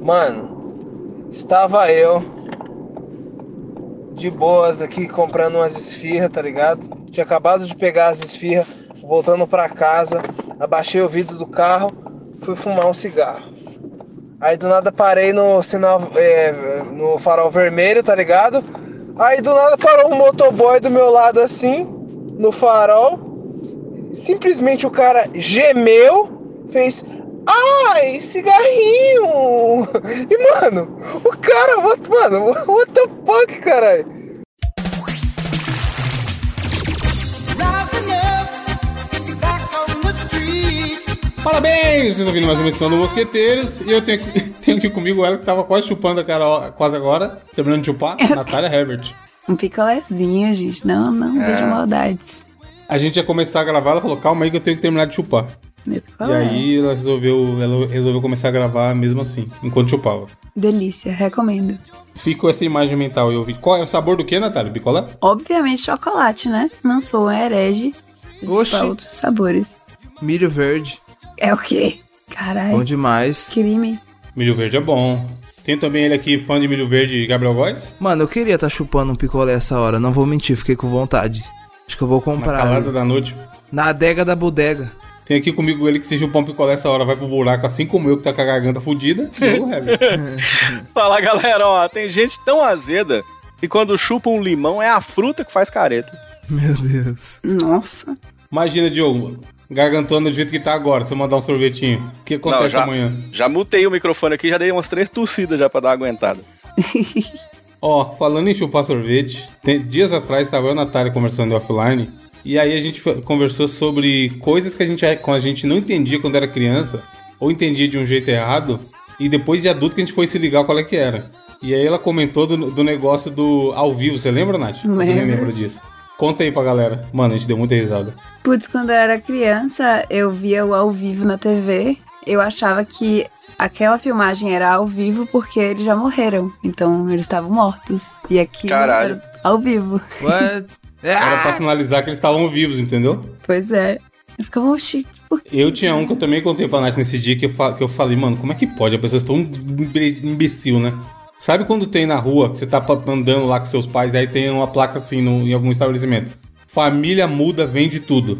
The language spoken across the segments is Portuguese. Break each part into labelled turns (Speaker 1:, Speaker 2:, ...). Speaker 1: Mano, estava eu de boas aqui comprando umas esfirras, tá ligado? Tinha acabado de pegar as esfirras, voltando pra casa, abaixei o vidro do carro, fui fumar um cigarro. Aí do nada parei no sinal, é, no farol vermelho, tá ligado? Aí do nada parou um motoboy do meu lado assim, no farol. Simplesmente o cara gemeu, fez Ai, cigarrinho! E, mano, o cara, what, mano, what the fuck, caralho?
Speaker 2: Parabéns! Vocês ouvindo mais uma edição do Mosqueteiros e eu tenho aqui, tenho aqui comigo ela que tava quase chupando a cara quase agora, terminando de chupar, Natália Herbert.
Speaker 3: Um picolézinho, gente. Não, não, vejo maldades.
Speaker 2: A gente ia começar a gravar, ela falou, calma aí que eu tenho que terminar de chupar.
Speaker 3: Meu
Speaker 2: E
Speaker 3: picolé.
Speaker 2: aí ela resolveu, ela resolveu começar a gravar mesmo assim, enquanto chupava.
Speaker 3: Delícia, recomendo.
Speaker 2: Ficou essa imagem mental e eu vi. Qual é o sabor do que, Natália? Picolé?
Speaker 3: Obviamente chocolate, né? Não sou um herege.
Speaker 4: Oxi.
Speaker 3: Pra outros sabores.
Speaker 4: Milho verde,
Speaker 3: É o quê?
Speaker 4: bom
Speaker 3: Caralho,
Speaker 4: demais.
Speaker 3: crime.
Speaker 2: Milho verde é bom. Tem também ele aqui, fã de milho verde, Gabriel Góes.
Speaker 4: Mano, eu queria estar chupando um picolé essa hora, não vou mentir, fiquei com vontade. Acho que eu vou
Speaker 1: Um
Speaker 2: Na
Speaker 4: comprar.
Speaker 2: calada
Speaker 4: ali.
Speaker 2: da noite.
Speaker 4: Na adega da bodega.
Speaker 2: Tem aqui comigo ele que se chupar um picolé essa hora vai pro buraco, assim como eu que tá com a garganta fudida. E o Herbert.
Speaker 5: Fala galera, ó, tem gente tão azeda que quando chupa um limão é a fruta que faz careta.
Speaker 4: Meu Deus.
Speaker 3: Nossa.
Speaker 2: Imagina, Diogo, gargantando do jeito que tá agora, se eu mandar um sorvetinho. O que acontece
Speaker 5: Não, já,
Speaker 2: amanhã?
Speaker 5: já mutei o microfone aqui, já dei umas três tossidas já pra dar uma aguentada.
Speaker 2: Ó, falando em chupar sorvete, tem- dias atrás estava eu e a Natália conversando offline. E aí a gente fa- conversou sobre coisas que a gente, a gente não entendia quando era criança, ou entendia de um jeito errado, e depois de adulto que a gente foi se ligar qual é que era. E aí ela comentou do, do negócio do ao vivo, você lembra, Nath? Você nem
Speaker 3: Lembro.
Speaker 2: lembra disso. Conta aí pra galera. Mano, a gente deu muita risada.
Speaker 3: Putz, quando eu era criança, eu via o ao vivo na TV. Eu achava que aquela filmagem era ao vivo porque eles já morreram. Então eles estavam mortos. E aqui
Speaker 5: Caralho.
Speaker 3: era ao vivo.
Speaker 4: What?
Speaker 2: Era pra
Speaker 4: Ah!
Speaker 2: sinalizar que eles estavam vivos, entendeu?
Speaker 3: Pois é. Eu ficava, oxi, por quê?
Speaker 2: Eu tinha um que eu também contei pra Nath nesse dia que eu, fa- que eu falei, mano, como é que pode? As pessoas tão imbe- imbecil, né? Sabe quando tem na rua, que você tá pa- andando lá com seus pais, e aí tem uma placa assim no- em algum estabelecimento. Família muda, vende tudo.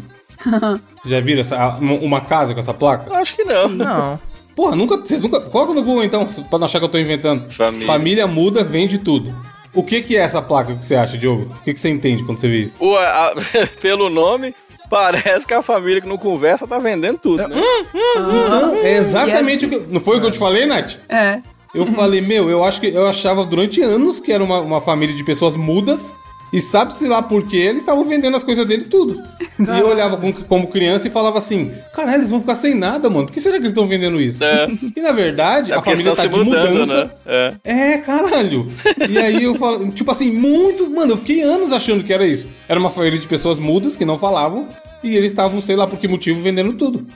Speaker 2: Já viram essa- a- uma- uma casa com essa placa?
Speaker 5: Acho que não.
Speaker 4: Não.
Speaker 2: Porra, nunca. Vocês nunca. Coloca no Google então, pra não achar que eu tô inventando.
Speaker 5: Família.
Speaker 2: muda, vende tudo. O que, que é essa placa que você acha, Diogo? O que, que você entende quando você vê isso?
Speaker 5: Ué, a- pelo nome, parece que a família que não conversa tá vendendo
Speaker 2: É,
Speaker 5: tudo,
Speaker 2: hum,
Speaker 5: né?
Speaker 2: Então, é exatamente o que. Não foi o que eu te falei, Nath?
Speaker 3: É.
Speaker 2: Eu falei, meu, eu acho que eu achava durante anos que era uma, uma família de pessoas mudas. E sabe-se lá por quê, eles estavam vendendo as coisas dele tudo. E eu olhava com- como criança e falava assim: caralho, eles vão ficar sem nada, mano. Por que será que eles estão vendendo isso?
Speaker 5: É.
Speaker 2: E na verdade,
Speaker 5: É
Speaker 2: a
Speaker 5: porque
Speaker 2: família
Speaker 5: estão
Speaker 2: tá
Speaker 5: se
Speaker 2: de
Speaker 5: mudando,
Speaker 2: mudança.
Speaker 5: né? É.
Speaker 2: É, caralho. E aí eu falo, tipo assim, muito. Mano, eu fiquei anos achando que era isso. Era uma família de pessoas mudas que não falavam. E eles estavam, sei lá por que motivo, vendendo tudo.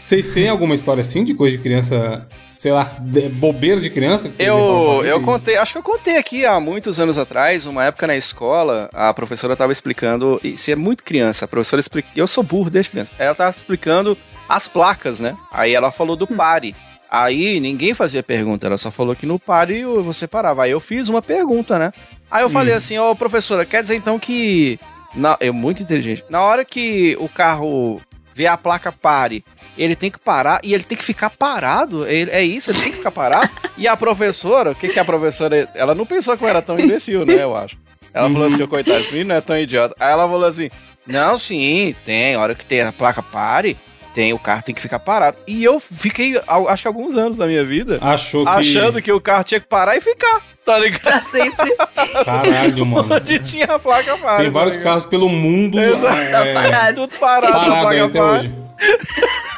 Speaker 2: Vocês têm alguma história assim de coisa de criança, sei lá, de- bobeira de criança? que vocês
Speaker 5: Eu,
Speaker 2: lembram?
Speaker 5: eu contei, acho que eu contei aqui há muitos anos atrás, uma época na escola, a professora estava explicando, e se é muito criança, a professora explica, eu sou burro desde criança, ela estava explicando as placas, né? Aí ela falou do pare. Aí ninguém fazia pergunta, ela só falou que no pare você parava. Aí eu fiz uma pergunta, né? Aí eu falei assim, ó, professora, quer dizer então que... Na, eu muito inteligente. Na hora que o carro vê a placa pare, ele tem que parar e ele tem que ficar parado. Ele, é isso, ele tem que ficar parado. e a professora, o que, que a professora. Ela não pensou que eu era tão imbecil, né? Eu acho. Ela falou assim: "Ô, coitado, esse menino não é tão idiota. Aí ela falou assim: não, sim, tem. Hora que tem a placa pare, tem, o carro tem que ficar parado. E eu fiquei, al- acho que alguns anos da minha vida,
Speaker 2: Achou que.
Speaker 5: achando que o carro tinha que parar e ficar, tá ligado?
Speaker 3: Pra sempre.
Speaker 2: Caralho, mano.
Speaker 5: Onde tinha a placa pare.
Speaker 2: Tem
Speaker 5: tá
Speaker 2: vários
Speaker 5: ligado?
Speaker 2: carros pelo mundo.
Speaker 5: Exato.
Speaker 2: É,
Speaker 3: Parado.
Speaker 5: Tudo parado, a
Speaker 2: parado aí
Speaker 5: placa
Speaker 2: até
Speaker 5: pare.
Speaker 2: hoje.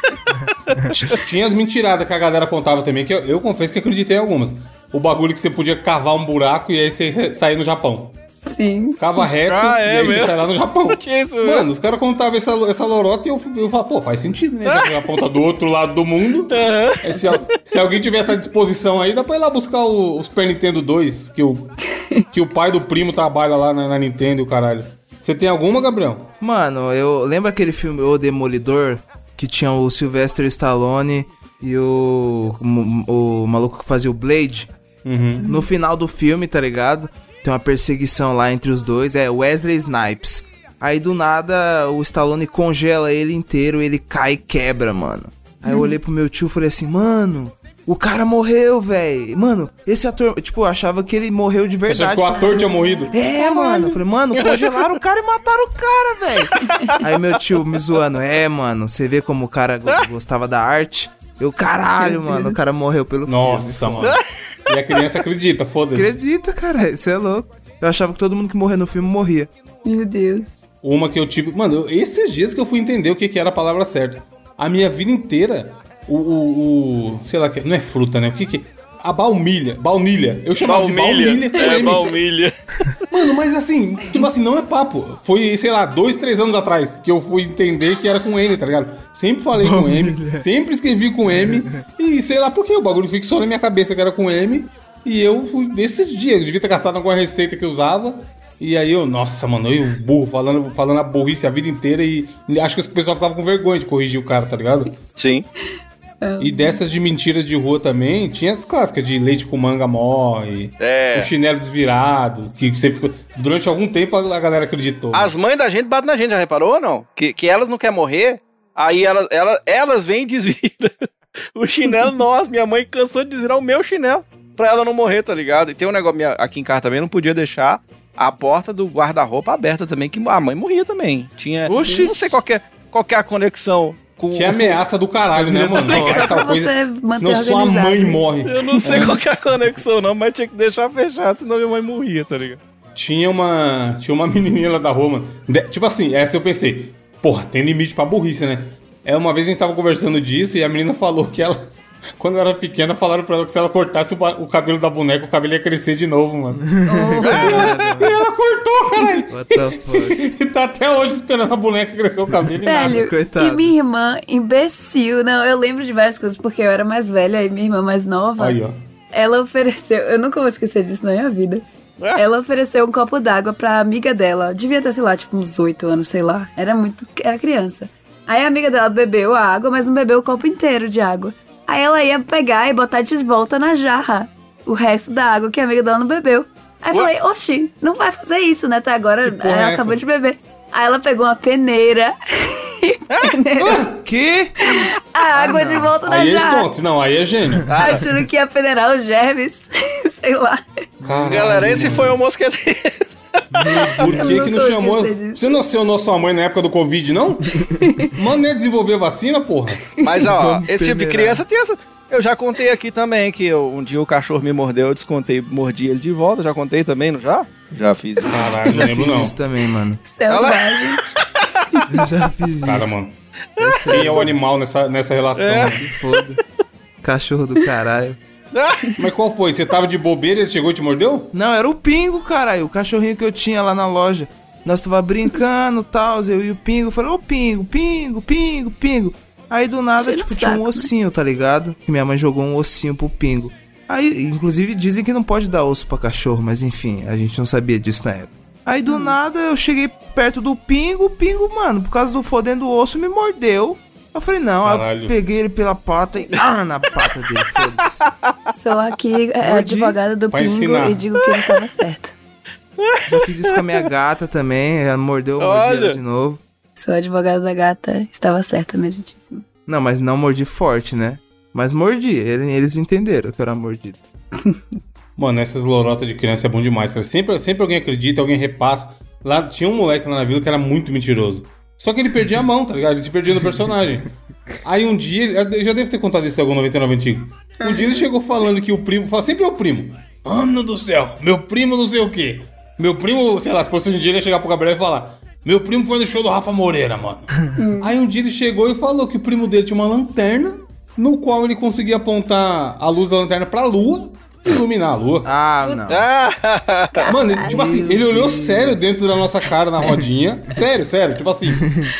Speaker 2: T- Tinha as mentiradas que a galera contava também, que eu, eu confesso que acreditei em algumas. O bagulho que você podia cavar um buraco e aí você sair no Japão.
Speaker 3: Sim.
Speaker 2: Cava reto
Speaker 5: Ah, é
Speaker 2: e aí você
Speaker 5: mesmo?
Speaker 2: sai lá no Japão.
Speaker 5: Tinha isso, né?
Speaker 2: Mano, os caras contavam essa, essa lorota e eu, eu falava, pô, faz sentido, né? Já que o Japão tá do outro lado do mundo. É, se, al- se alguém tiver essa disposição aí, dá pra ir lá buscar o, o Super Nintendo 2, que o, que o pai do primo trabalha lá na, na Nintendo, e o caralho. Você tem alguma, Gabriel?
Speaker 4: Mano, eu lembro aquele filme O Demolidor que tinha o Sylvester Stallone e o, o, o maluco que fazia o Blade.
Speaker 2: Uhum.
Speaker 4: No final do filme, tá ligado? Tem uma perseguição lá entre os dois, é Wesley Snipes. Aí do nada o Stallone congela ele inteiro, ele cai e quebra, mano. Aí eu olhei pro meu tio e falei assim, mano, o cara morreu, velho. Mano, esse ator, tipo, eu achava que ele morreu de
Speaker 2: Você achou
Speaker 4: verdade.
Speaker 2: que o
Speaker 4: porque-
Speaker 2: ator tinha morrido?
Speaker 4: é, mano. Eu falei, mano, congelaram o cara e mataram o cara, velho. Aí meu tio me zoando, é, mano, você vê como o cara go- gostava da arte. Eu, caralho, mano, o cara morreu pelo
Speaker 2: Nossa, mano. E a criança acredita, foda-se.
Speaker 4: Acredita, cara, você é louco. Eu achava que todo mundo que morria no filme morria.
Speaker 3: Meu Deus.
Speaker 2: Uma que eu tive. Mano, eu- esses dias que eu fui entender o que, que era a palavra certa. A minha vida inteira, o. o, o- sei lá, que não é fruta, né? O que que. A baunilha. Baunilha. Eu chamava de baunilha. tá?
Speaker 5: É,
Speaker 2: polêmica.
Speaker 5: baunilha.
Speaker 2: Mano, mas assim, tipo assim, não é papo. Foi, sei lá, dois, três anos atrás que eu fui entender que era com N, tá ligado? Sempre falei com M, sempre escrevi com M. E sei lá por que o bagulho fixou na minha cabeça que era com M. E eu fui esses dias, eu devia ter gastado alguma receita que eu usava. E aí eu, nossa, mano, eu burro, falando, falando a burrice a vida inteira e acho que o pessoal ficava com vergonha de corrigir o cara, tá ligado?
Speaker 5: Sim.
Speaker 2: E dessas de mentiras de rua também, tinha as clássicas de leite com manga mole,
Speaker 5: É.
Speaker 2: o chinelo desvirado, que você ficou... Durante algum tempo a a galera acreditou.
Speaker 5: As mães da gente batem na gente, já reparou ou não? Que, que elas não querem morrer, aí ela, ela, elas vêm e desviram. O chinelo, nossa, minha mãe cansou de desvirar o meu chinelo pra ela não morrer, tá ligado? E tem um negócio, minha, aqui em casa também, eu não podia deixar a porta do guarda-roupa aberta também, que a mãe morria também. Tinha,
Speaker 4: Oxi.
Speaker 5: não sei qual que é, qual que é a conexão com...
Speaker 2: Que é ameaça do caralho, né, mano?
Speaker 4: Só
Speaker 2: Faz
Speaker 3: Só pra
Speaker 2: tal coisa,
Speaker 3: você manter
Speaker 2: senão sua
Speaker 3: organizado.
Speaker 2: mãe morre.
Speaker 5: Eu não sei qual que é a conexão não, mas tinha que deixar fechado, senão minha mãe morria, tá ligado?
Speaker 2: Tinha uma. Tinha uma menininha lá da Roma. De- tipo assim, essa eu pensei, porra, tem limite pra burrice, né? É, uma vez a gente tava conversando disso e a menina falou que ela. Quando era pequena, falaram pra ela que se ela cortasse o, ba- o cabelo da boneca, o cabelo ia crescer de novo, mano. e ela cortou, caralho!
Speaker 4: What the fuck?
Speaker 2: e tá até hoje esperando a boneca crescer o cabelo e nada.
Speaker 3: Velho,
Speaker 4: coitado.
Speaker 3: e minha irmã, imbecil. Não, eu lembro de várias coisas, porque eu era mais velha e minha irmã mais nova.
Speaker 2: Aí, ó.
Speaker 3: Ela ofereceu. Eu nunca vou esquecer disso na minha vida.
Speaker 5: Ah.
Speaker 3: Ela ofereceu um copo d'água pra amiga dela. Devia ter, sei lá, tipo uns 8 anos, sei lá. Era muito. Era criança. Aí a amiga dela bebeu a água, mas não bebeu o copo inteiro de água. Aí ela ia pegar e botar de volta na jarra o resto da água que a amiga dela não bebeu. Aí eu
Speaker 5: Ué?
Speaker 3: falei, oxi, não vai fazer isso, né? Até agora
Speaker 2: porra é
Speaker 3: ela
Speaker 2: essa?
Speaker 3: acabou de beber. Aí ela pegou uma peneira e peneirou
Speaker 4: Que?
Speaker 3: a água de volta na
Speaker 2: Ah! Aí é
Speaker 3: jarra.
Speaker 2: Stonks, não, aí é gênio.
Speaker 3: Achando que ia peneirar os germes, sei lá.
Speaker 2: Caralho,
Speaker 5: Galera, esse
Speaker 2: mano.
Speaker 5: foi o mosqueteiro.
Speaker 2: Por que,
Speaker 3: Eu não
Speaker 2: que não
Speaker 3: sou
Speaker 2: chamou?
Speaker 3: esquecer disso.
Speaker 2: Você não acionou sua mãe na época do Covid, não? Mano, é desenvolver vacina, porra?
Speaker 5: Mas, ó,
Speaker 4: Vamos
Speaker 5: esse tipo de
Speaker 4: peneirar.
Speaker 5: criança tem essa. Eu já contei aqui também que eu- um dia o cachorro me mordeu, eu descontei, mordi ele de volta. Já contei também, não já? Já fiz isso.
Speaker 2: Caralho, não
Speaker 4: Já
Speaker 2: lembro
Speaker 4: fiz
Speaker 2: não.
Speaker 4: isso também, mano.
Speaker 3: Selvagem.
Speaker 4: Eu já fiz isso.
Speaker 2: Cara, mano. Quem é o animal nessa, nessa relação? né?
Speaker 4: Que foda. Cachorro do caralho.
Speaker 2: Mas qual foi? Você tava de bobeira, ele chegou e te mordeu?
Speaker 4: Não, era o Pingo, caralho. O cachorrinho que eu tinha lá na loja. Nós tava brincando, tal, eu e o Pingo. Eu Falei, ô Pingo, Pingo, Pingo, Pingo. Aí do nada,
Speaker 3: Cheira
Speaker 4: tipo,
Speaker 3: um
Speaker 4: tinha um
Speaker 3: saco, né?
Speaker 4: ossinho, tá ligado? Que minha mãe jogou um ossinho pro Pingo. Aí, inclusive, dizem que não pode dar osso pra cachorro, mas enfim, a gente não sabia disso na época. Aí
Speaker 3: Hum.
Speaker 4: do nada eu cheguei perto do Pingo, o Pingo, mano, por causa do fodendo osso, me mordeu. Eu falei, não, aí
Speaker 2: Caralho.
Speaker 4: eu peguei ele pela pata e ah, na pata dele, foda-se.
Speaker 3: Sou aqui é,
Speaker 4: Mordi
Speaker 3: advogada do
Speaker 2: pra
Speaker 3: Pingo
Speaker 2: ensinar.
Speaker 3: e digo que ele estava certo.
Speaker 4: Já fiz isso com a minha gata também. Ela mordeu, eu mordi
Speaker 5: Olha.
Speaker 4: ela de novo.
Speaker 3: Sou advogada da gata, estava certa, minha gentíssima.
Speaker 4: Não, mas não mordi forte, né? Mas mordi. Ele- Eles entenderam que eu era mordido.
Speaker 2: Mano, essas lorotas de criança é bom demais, cara. Sempre, sempre alguém acredita, alguém repassa. Lá tinha um moleque lá na vila que era muito mentiroso. Só que ele perdia a mão, tá ligado? Ele se perdia no personagem. Aí um dia, ele- eu já devo ter contado isso em algum 99 antigo. Um dia ele chegou falando que o primo, fala sempre é o primo. Mano do céu, meu primo não sei o quê. Meu primo, sei lá, se fosse um dia ele ia chegar pro Gabriel e falar: Meu primo foi no show do Rafa Moreira, mano. Aí um dia ele chegou e falou que o primo dele tinha uma lanterna, no qual ele conseguia apontar a luz da lanterna pra lua e iluminar a lua.
Speaker 4: Ah, não.
Speaker 5: Ah,
Speaker 2: Mano, ele- tipo assim,
Speaker 4: Meu
Speaker 2: ele olhou
Speaker 4: Deus.
Speaker 2: sério dentro da nossa cara na rodinha. sério, sério, tipo assim.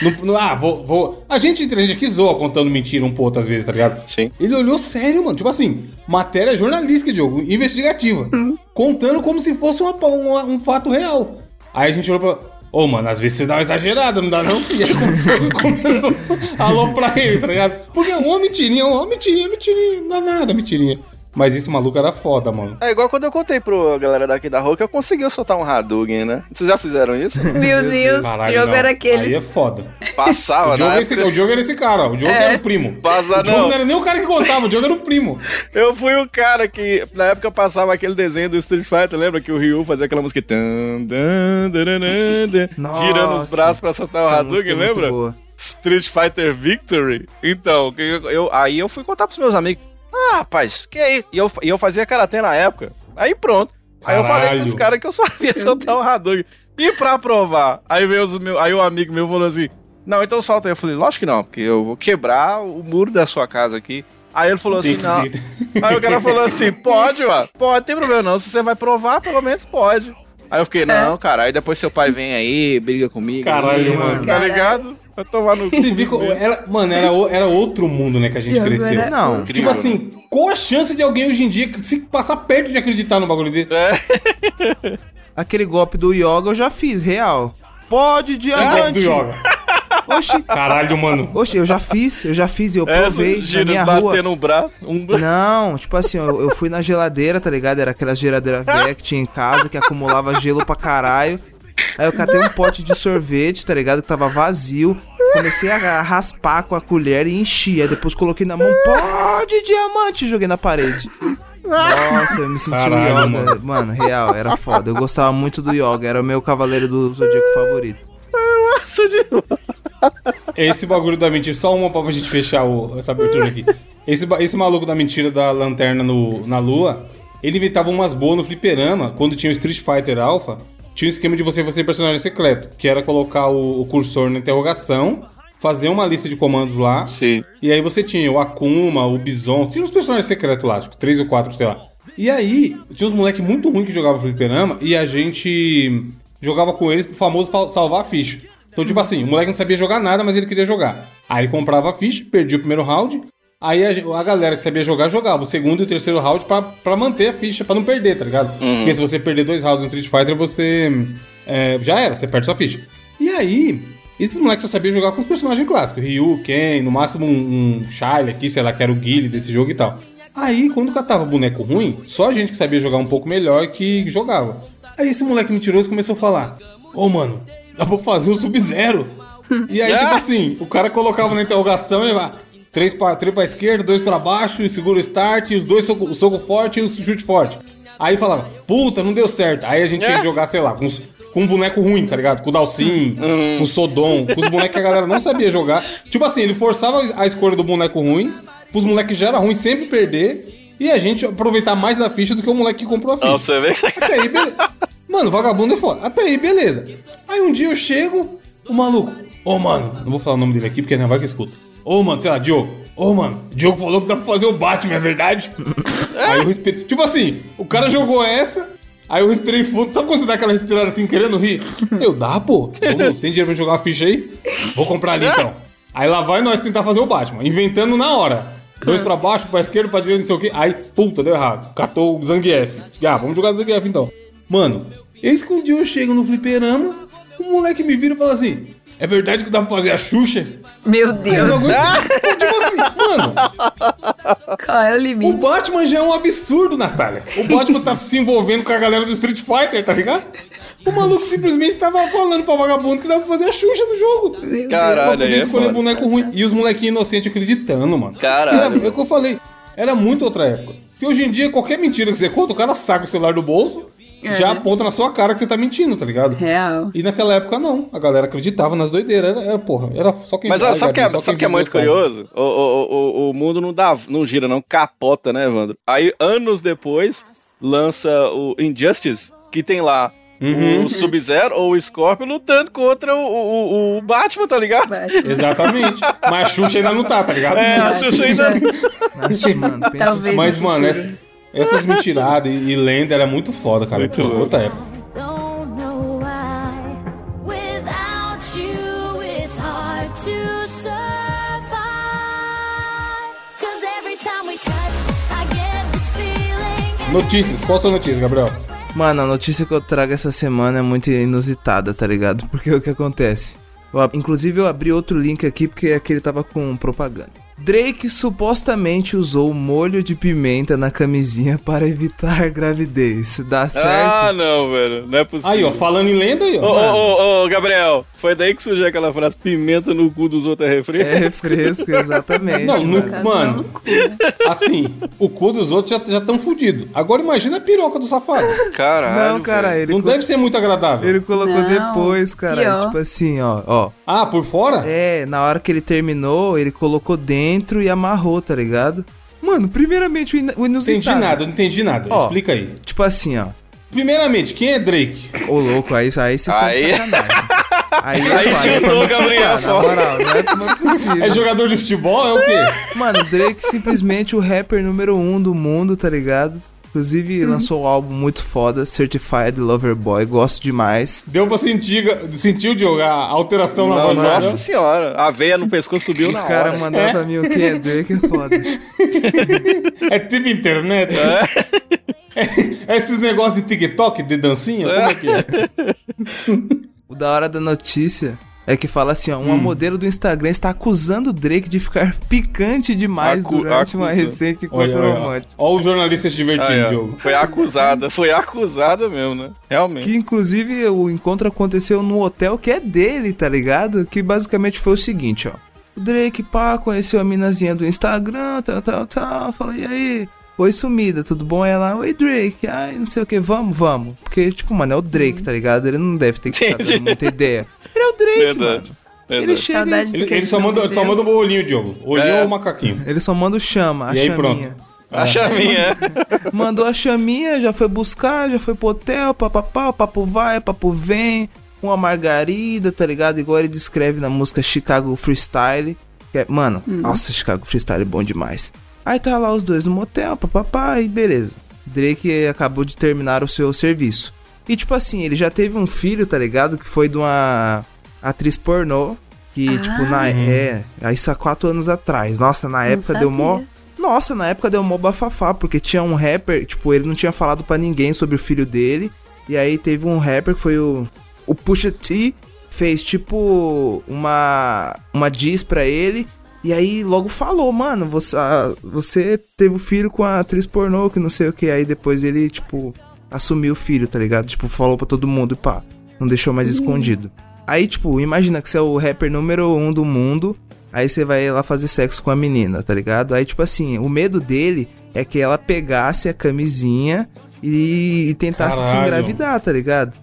Speaker 2: no- no- ah, vou, vou. A gente entre a gente que zoa contando mentira um pro outro às vezes, tá ligado?
Speaker 5: Sim.
Speaker 2: Ele olhou sério, mano. Tipo assim, matéria jornalística, Diogo,
Speaker 4: Hum.
Speaker 2: investigativa. Contando como se fosse uma- uma- um fato real. Aí a gente olhou pra. Ô, mano, às vezes você dá uma exagerada, não dá não? E aí começou, começou a aloprar ele, tá ligado? Porque é uma mentirinha, uma mentirinha, mentirinha, não dá nada, mentirinha. Mas esse maluco era foda, mano.
Speaker 5: É igual quando eu contei pro galera daqui da Roca, eu consegui soltar um Hadouken, né? Vocês já fizeram isso?
Speaker 3: Meu Deus, que
Speaker 2: Caralho,
Speaker 3: jogo
Speaker 2: não.
Speaker 3: era
Speaker 2: Aí
Speaker 3: aquele.
Speaker 2: é foda.
Speaker 5: Passava,
Speaker 2: O Diogo,
Speaker 5: né?
Speaker 2: era esse, o Diogo era esse cara, o Diogo era o primo.
Speaker 5: Passa-
Speaker 2: o Diogo
Speaker 5: É, não.
Speaker 2: não era nem o cara que contava, o Diogo era o primo.
Speaker 5: Eu fui o cara que, na época, passava aquele desenho do Street Fighter, lembra? Que o Ryu fazia aquela música. tan, dan, daranan, dan,
Speaker 4: Nossa.
Speaker 5: Girando os braços pra soltar o
Speaker 4: Essa
Speaker 5: Hadouken,
Speaker 4: música é muito
Speaker 5: lembra?
Speaker 4: boa.
Speaker 5: Street Fighter Victory. Então, o que eu, eu- aí eu fui contar pros meus amigos. Ah, rapaz, que aí? E eu, e eu fazia karatê na época. Aí pronto. Aí eu falei
Speaker 2: Caralho.
Speaker 5: pros caras que eu só sabia soltar o Hadouken. E pra provar? Aí, meus, meu, aí um amigo meu falou assim: Não, então solta aí. Eu falei: Lógico que não, porque eu vou quebrar o muro da sua casa aqui. Aí ele falou assim: Não. Aí o cara falou assim: pode, mano, pode, tem problema não. Se você vai provar, pelo menos pode. Aí eu fiquei, não, cara. Aí depois seu pai vem aí, briga comigo.
Speaker 2: Caralho, mano.
Speaker 5: Tá
Speaker 3: Caralho.
Speaker 5: ligado? Vai tomar no
Speaker 2: Você viu é? que era, mano, era, o- era outro mundo, né, que a gente
Speaker 3: Diogo
Speaker 2: cresceu.
Speaker 3: era-
Speaker 4: Não,
Speaker 2: Tipo assim, qual a chance de alguém hoje em dia se passar perto de acreditar no bagulho desse?
Speaker 5: É.
Speaker 4: aquele golpe do yoga eu já fiz, real. Pode
Speaker 5: É
Speaker 2: Igual do
Speaker 4: diamante.
Speaker 2: yoga.
Speaker 4: Oxi,
Speaker 2: Caralho, mano.
Speaker 4: oxi, eu já fiz, eu já fiz e eu
Speaker 5: É,
Speaker 4: provei na minha rua.
Speaker 5: batendo um braço, um braço.
Speaker 4: Não, tipo assim, eu, eu fui na geladeira, tá ligado? Era aquela geladeira velha que tinha em casa que acumulava gelo pra caralho. Aí eu catei um pote de sorvete, tá ligado? Que tava vazio. Comecei a raspar com a colher e enchi. Aí depois coloquei na mão, pó de diamante, e joguei na parede. Nossa, eu me senti um
Speaker 2: Caralho,
Speaker 4: yoga. Mano.
Speaker 2: mano.
Speaker 4: real, era foda. Eu gostava muito do yoga, era o meu cavaleiro do zodíaco favorito.
Speaker 2: Esse bagulho da mentira, só uma pra gente fechar o- essa abertura aqui. Esse, ba- esse maluco da mentira da lanterna no- na lua, ele inventava umas boas no fliperama, quando tinha o Street Fighter Alpha, tinha um esquema de você fazer personagem secreto, que era colocar o, o cursor na interrogação, fazer uma lista de comandos lá,
Speaker 5: Sim.
Speaker 2: E aí você tinha o Akuma, o Bison, tinha uns personagens secretos lá, acho que três ou quatro, sei lá. E aí, tinha uns moleques muito ruins que jogavam fliperama e a gente jogava com eles pro famoso fal- salvar a ficha. Então, tipo assim, o moleque não sabia jogar nada, mas ele queria jogar. Aí ele comprava a ficha, perdia o primeiro round. Aí a, ge- a galera que sabia jogar, jogava o segundo e o terceiro round pra, pra manter a ficha, pra não perder, tá ligado? Porque se você perder dois rounds no Street Fighter, você. é, já era, você perde sua ficha. E aí, esses moleques só sabiam jogar com os personagens clássicos. Ryu, Ken, no máximo um, um Charlie aqui, sei lá, que era o Guile desse jogo e tal. Aí, quando catava boneco ruim, só a gente que sabia jogar um pouco melhor que jogava. Aí esse moleque mentiroso começou a falar: Ô mano, dá pra fazer o Sub-Zero. E aí, tipo assim, o cara colocava na interrogação e lá. Três pra, três pra esquerda, dois pra baixo, e segura o start, e os dois soco, o soco forte e o chute forte. Aí falava, puta, não deu certo. Aí a gente tinha que jogar, sei lá, com, os- com um boneco ruim, tá ligado? Com o Dalsin, com o Sodom, com os bonecos que a galera não sabia jogar. Tipo assim, ele forçava a escolha do boneco ruim, pros moleques já era ruim sempre perder, e a gente aproveitar mais da ficha do que o moleque que comprou a ficha.
Speaker 5: Você vê?
Speaker 2: Até aí, beleza. Mano, vagabundo é foda. Até aí, beleza. Aí um dia eu chego, o maluco. Ô, mano, não vou falar o nome dele aqui porque é não vai que escuta. Ô, mano, sei lá, Diogo. Ô, mano, Diogo falou que dá pra fazer o Batman, é verdade? aí eu respirei. Tipo assim, o cara jogou essa. Aí eu respirei fundo, sabe quando você dá aquela respirada assim, querendo rir? Eu, dá, pô. Ô, mano, tem dinheiro pra jogar uma ficha aí? Vou comprar ali então. Aí lá vai nós tentar fazer o Batman, inventando na hora. Dois pra baixo, pra esquerda, pra direita, não sei o quê. Aí, puta, deu errado. Catou o Zangief. Ah, vamos jogar Zangief então. Mano, eis que um dia eu chego no fliperama, o moleque me vira e fala assim: É verdade que dá pra fazer a Xuxa?
Speaker 3: Meu
Speaker 2: Eu não
Speaker 3: Deus,
Speaker 2: aguento. tipo assim, mano,
Speaker 3: qual é o
Speaker 2: o
Speaker 3: limite?
Speaker 2: Batman já é um absurdo, Natália. O Batman tá se envolvendo com a galera do Street Fighter, tá ligado? O maluco simplesmente tava falando pra vagabundo que dava pra fazer a Xuxa no jogo.
Speaker 3: Meu Deus.
Speaker 2: Pra
Speaker 5: Caralho,
Speaker 2: poder
Speaker 5: aí é
Speaker 2: escolher
Speaker 5: foda.
Speaker 2: boneco ruim. E os molequinhos inocentes acreditando, mano.
Speaker 5: Caralho,
Speaker 2: Era, é o que eu falei. Era muito outra época. Porque hoje em dia, qualquer mentira que você conta, o cara saca o celular do bolso e
Speaker 3: É.
Speaker 2: já
Speaker 5: né?
Speaker 2: aponta na sua cara que você tá mentindo, tá ligado?
Speaker 3: Real.
Speaker 2: E naquela época não, a galera acreditava nas doideiras, era, era porra, era só quem
Speaker 5: Mas ó,
Speaker 2: tá
Speaker 5: sabe o que é,
Speaker 2: ligado? Só
Speaker 5: sabe
Speaker 2: quem
Speaker 5: que é
Speaker 2: viveu
Speaker 5: muito
Speaker 2: sabe.
Speaker 5: curioso? O, o, o, o- o mundo não, dá, não gira, não capota, né, Evandro? Aí, anos depois, lança o Injustice, que tem lá o Sub-Zero ou o Scorpion lutando contra o, o, o- o Batman, tá ligado?
Speaker 3: Batman.
Speaker 2: Exatamente. Mas a Xuxa ainda não tá, tá ligado?
Speaker 5: É, a
Speaker 3: Batman.
Speaker 5: Xuxa ainda.
Speaker 4: Nossa, mano, pensa
Speaker 3: Talvez.
Speaker 2: Mas,
Speaker 3: no
Speaker 2: mano,
Speaker 3: futuro.
Speaker 2: essa- essas mentiradas e, e lenda era muito foda, cara. Muito outra época.
Speaker 6: Don't know why. Without you, it's hard to survive. Cause every time we touch, I get this feeling.
Speaker 2: Notícias, qual a sua notícia, Gabriel?
Speaker 4: Mano, a notícia que eu trago essa semana é muito inusitada, tá ligado? Porque o que acontece? Eu ab- inclusive eu abri outro link aqui porque aquele tava com propaganda. Drake supostamente usou molho de pimenta na camisinha para evitar gravidez. Dá
Speaker 5: Ah,
Speaker 4: certo?
Speaker 5: não, velho. Não é possível.
Speaker 2: Aí, ó, falando em lenda aí,
Speaker 5: Ô,
Speaker 2: ó. mano.
Speaker 5: ô, ô, ô, Gabriel, foi daí que surgiu aquela frase pimenta no cu dos outros é refri?
Speaker 4: é fresco, exatamente.
Speaker 2: Não, no-
Speaker 4: mano.
Speaker 2: mano, assim, o cu dos outros já estão fudidos. Agora imagina a piroca do safado.
Speaker 5: Caralho.
Speaker 4: não cara,
Speaker 5: velho.
Speaker 4: ele,
Speaker 2: Não
Speaker 4: co-
Speaker 2: deve ser muito agradável.
Speaker 4: ele colocou
Speaker 3: Não,
Speaker 4: depois, cara.
Speaker 3: pior.
Speaker 4: Tipo assim, ó, ó.
Speaker 2: Ah, por fora?
Speaker 4: É, na hora que ele terminou, ele colocou dentro e amarrou, tá ligado? Mano, primeiramente o, in o
Speaker 2: Não entendi
Speaker 4: inusitado.
Speaker 2: nada, não entendi nada.
Speaker 4: tá. Ó.
Speaker 2: Explica aí.
Speaker 4: Tipo assim, ó.
Speaker 2: Primeiramente, quem é Drake?
Speaker 4: Ô, louco, aí, aí vocês estão de
Speaker 5: Aí-
Speaker 4: sacanagem. Aí, eu
Speaker 5: Aí
Speaker 4: parei pra
Speaker 5: tiltou o
Speaker 4: me
Speaker 5: Gabriel,
Speaker 4: escutar, Na moral, não é, não é possível.
Speaker 2: É jogador de futebol? É o quê?
Speaker 4: Mano, Drake simplesmente o rapper número um do mundo, tá ligado? Inclusive, lançou um álbum muito foda, Certified Lover Boy, gosto demais.
Speaker 2: Deu pra sentir, sentiu de jogar a alteração na
Speaker 4: Não,
Speaker 2: voz
Speaker 4: não. é
Speaker 5: Nossa
Speaker 2: dela?
Speaker 5: senhora, a veia no pescoço subiu
Speaker 4: O
Speaker 5: na
Speaker 4: cara
Speaker 5: hora.
Speaker 4: mandar pra mim o que é Drake é foda.
Speaker 2: É tipo internet? É. esses negócios de TikTok, de dancinha? Como é que é?
Speaker 4: O da hora da notícia é que fala assim, ó, uma modelo do Instagram está acusando o Drake de ficar picante demais
Speaker 5: Acu-
Speaker 4: durante uma
Speaker 5: acusa.
Speaker 4: recente
Speaker 2: Olha,
Speaker 4: encontro
Speaker 2: olha, olha.
Speaker 4: romântico.
Speaker 2: Olha os jornalistas se divertindo,
Speaker 5: Aí, ó,
Speaker 2: Diogo.
Speaker 5: foi acusada, foi acusada mesmo, né? Realmente.
Speaker 4: Que inclusive o encontro aconteceu num hotel que é dele, tá ligado? Que basicamente foi o seguinte, ó. O Drake, pá, conheceu a minazinha do Instagram, tal, tal, tal. Falei, e aí? Oi, sumida, tudo bom? Ela, oi, Drake. Ai, não sei o que, vamos, vamos. Porque, tipo, mano, é o Drake, tá ligado? Ele não deve ter que
Speaker 5: Entendi.
Speaker 4: saber muita ideia. Ele é o Drake, mano.
Speaker 5: Verdade.
Speaker 4: Ele
Speaker 5: Verdade.
Speaker 4: chega e-
Speaker 3: Saudade
Speaker 2: Ele,
Speaker 3: do que um
Speaker 2: ele só, manda, só manda o olhinho, Diogo. Olhinho
Speaker 5: É.
Speaker 2: ou macaquinho?
Speaker 4: Ele só manda o chama, a
Speaker 2: E aí,
Speaker 4: chaminha.
Speaker 2: pronto.
Speaker 5: A chaminha.
Speaker 4: Mandou a chaminha, já foi buscar, já foi pro hotel, papapá, papo vai, papo vem, uma margarida, tá ligado? Igual ele descreve na música Chicago Freestyle. que é- mano, nossa, Chicago Freestyle é bom demais. Aí tá lá os dois no motel, papapá, e beleza. Drake acabou de terminar o seu serviço. E tipo assim, ele já teve um filho, tá ligado? Que foi de uma atriz pornô. Que, tipo, na. É. Aí isso há quatro anos atrás. Nossa, na época deu mó.
Speaker 3: sabia.
Speaker 4: Nossa, na época deu mó bafafá, porque tinha um rapper, tipo, ele não tinha falado pra ninguém sobre o filho dele. E aí teve um rapper que foi o. O Pusha T fez, tipo, uma. Uma diz pra ele. E aí logo falou, mano, você, ah, você teve o filho com a atriz pornô, que não sei o que. Aí depois ele, tipo, assumiu o filho, tá ligado? Tipo, falou pra todo mundo e pá. Não deixou mais escondido. Aí, tipo, imagina que você é o rapper número um do mundo. Aí você vai lá fazer sexo com a menina, tá ligado? Aí, tipo assim, o medo dele é que ela pegasse a camisinha e, e tentasse se
Speaker 2: Caralho.
Speaker 4: engravidar, tá ligado?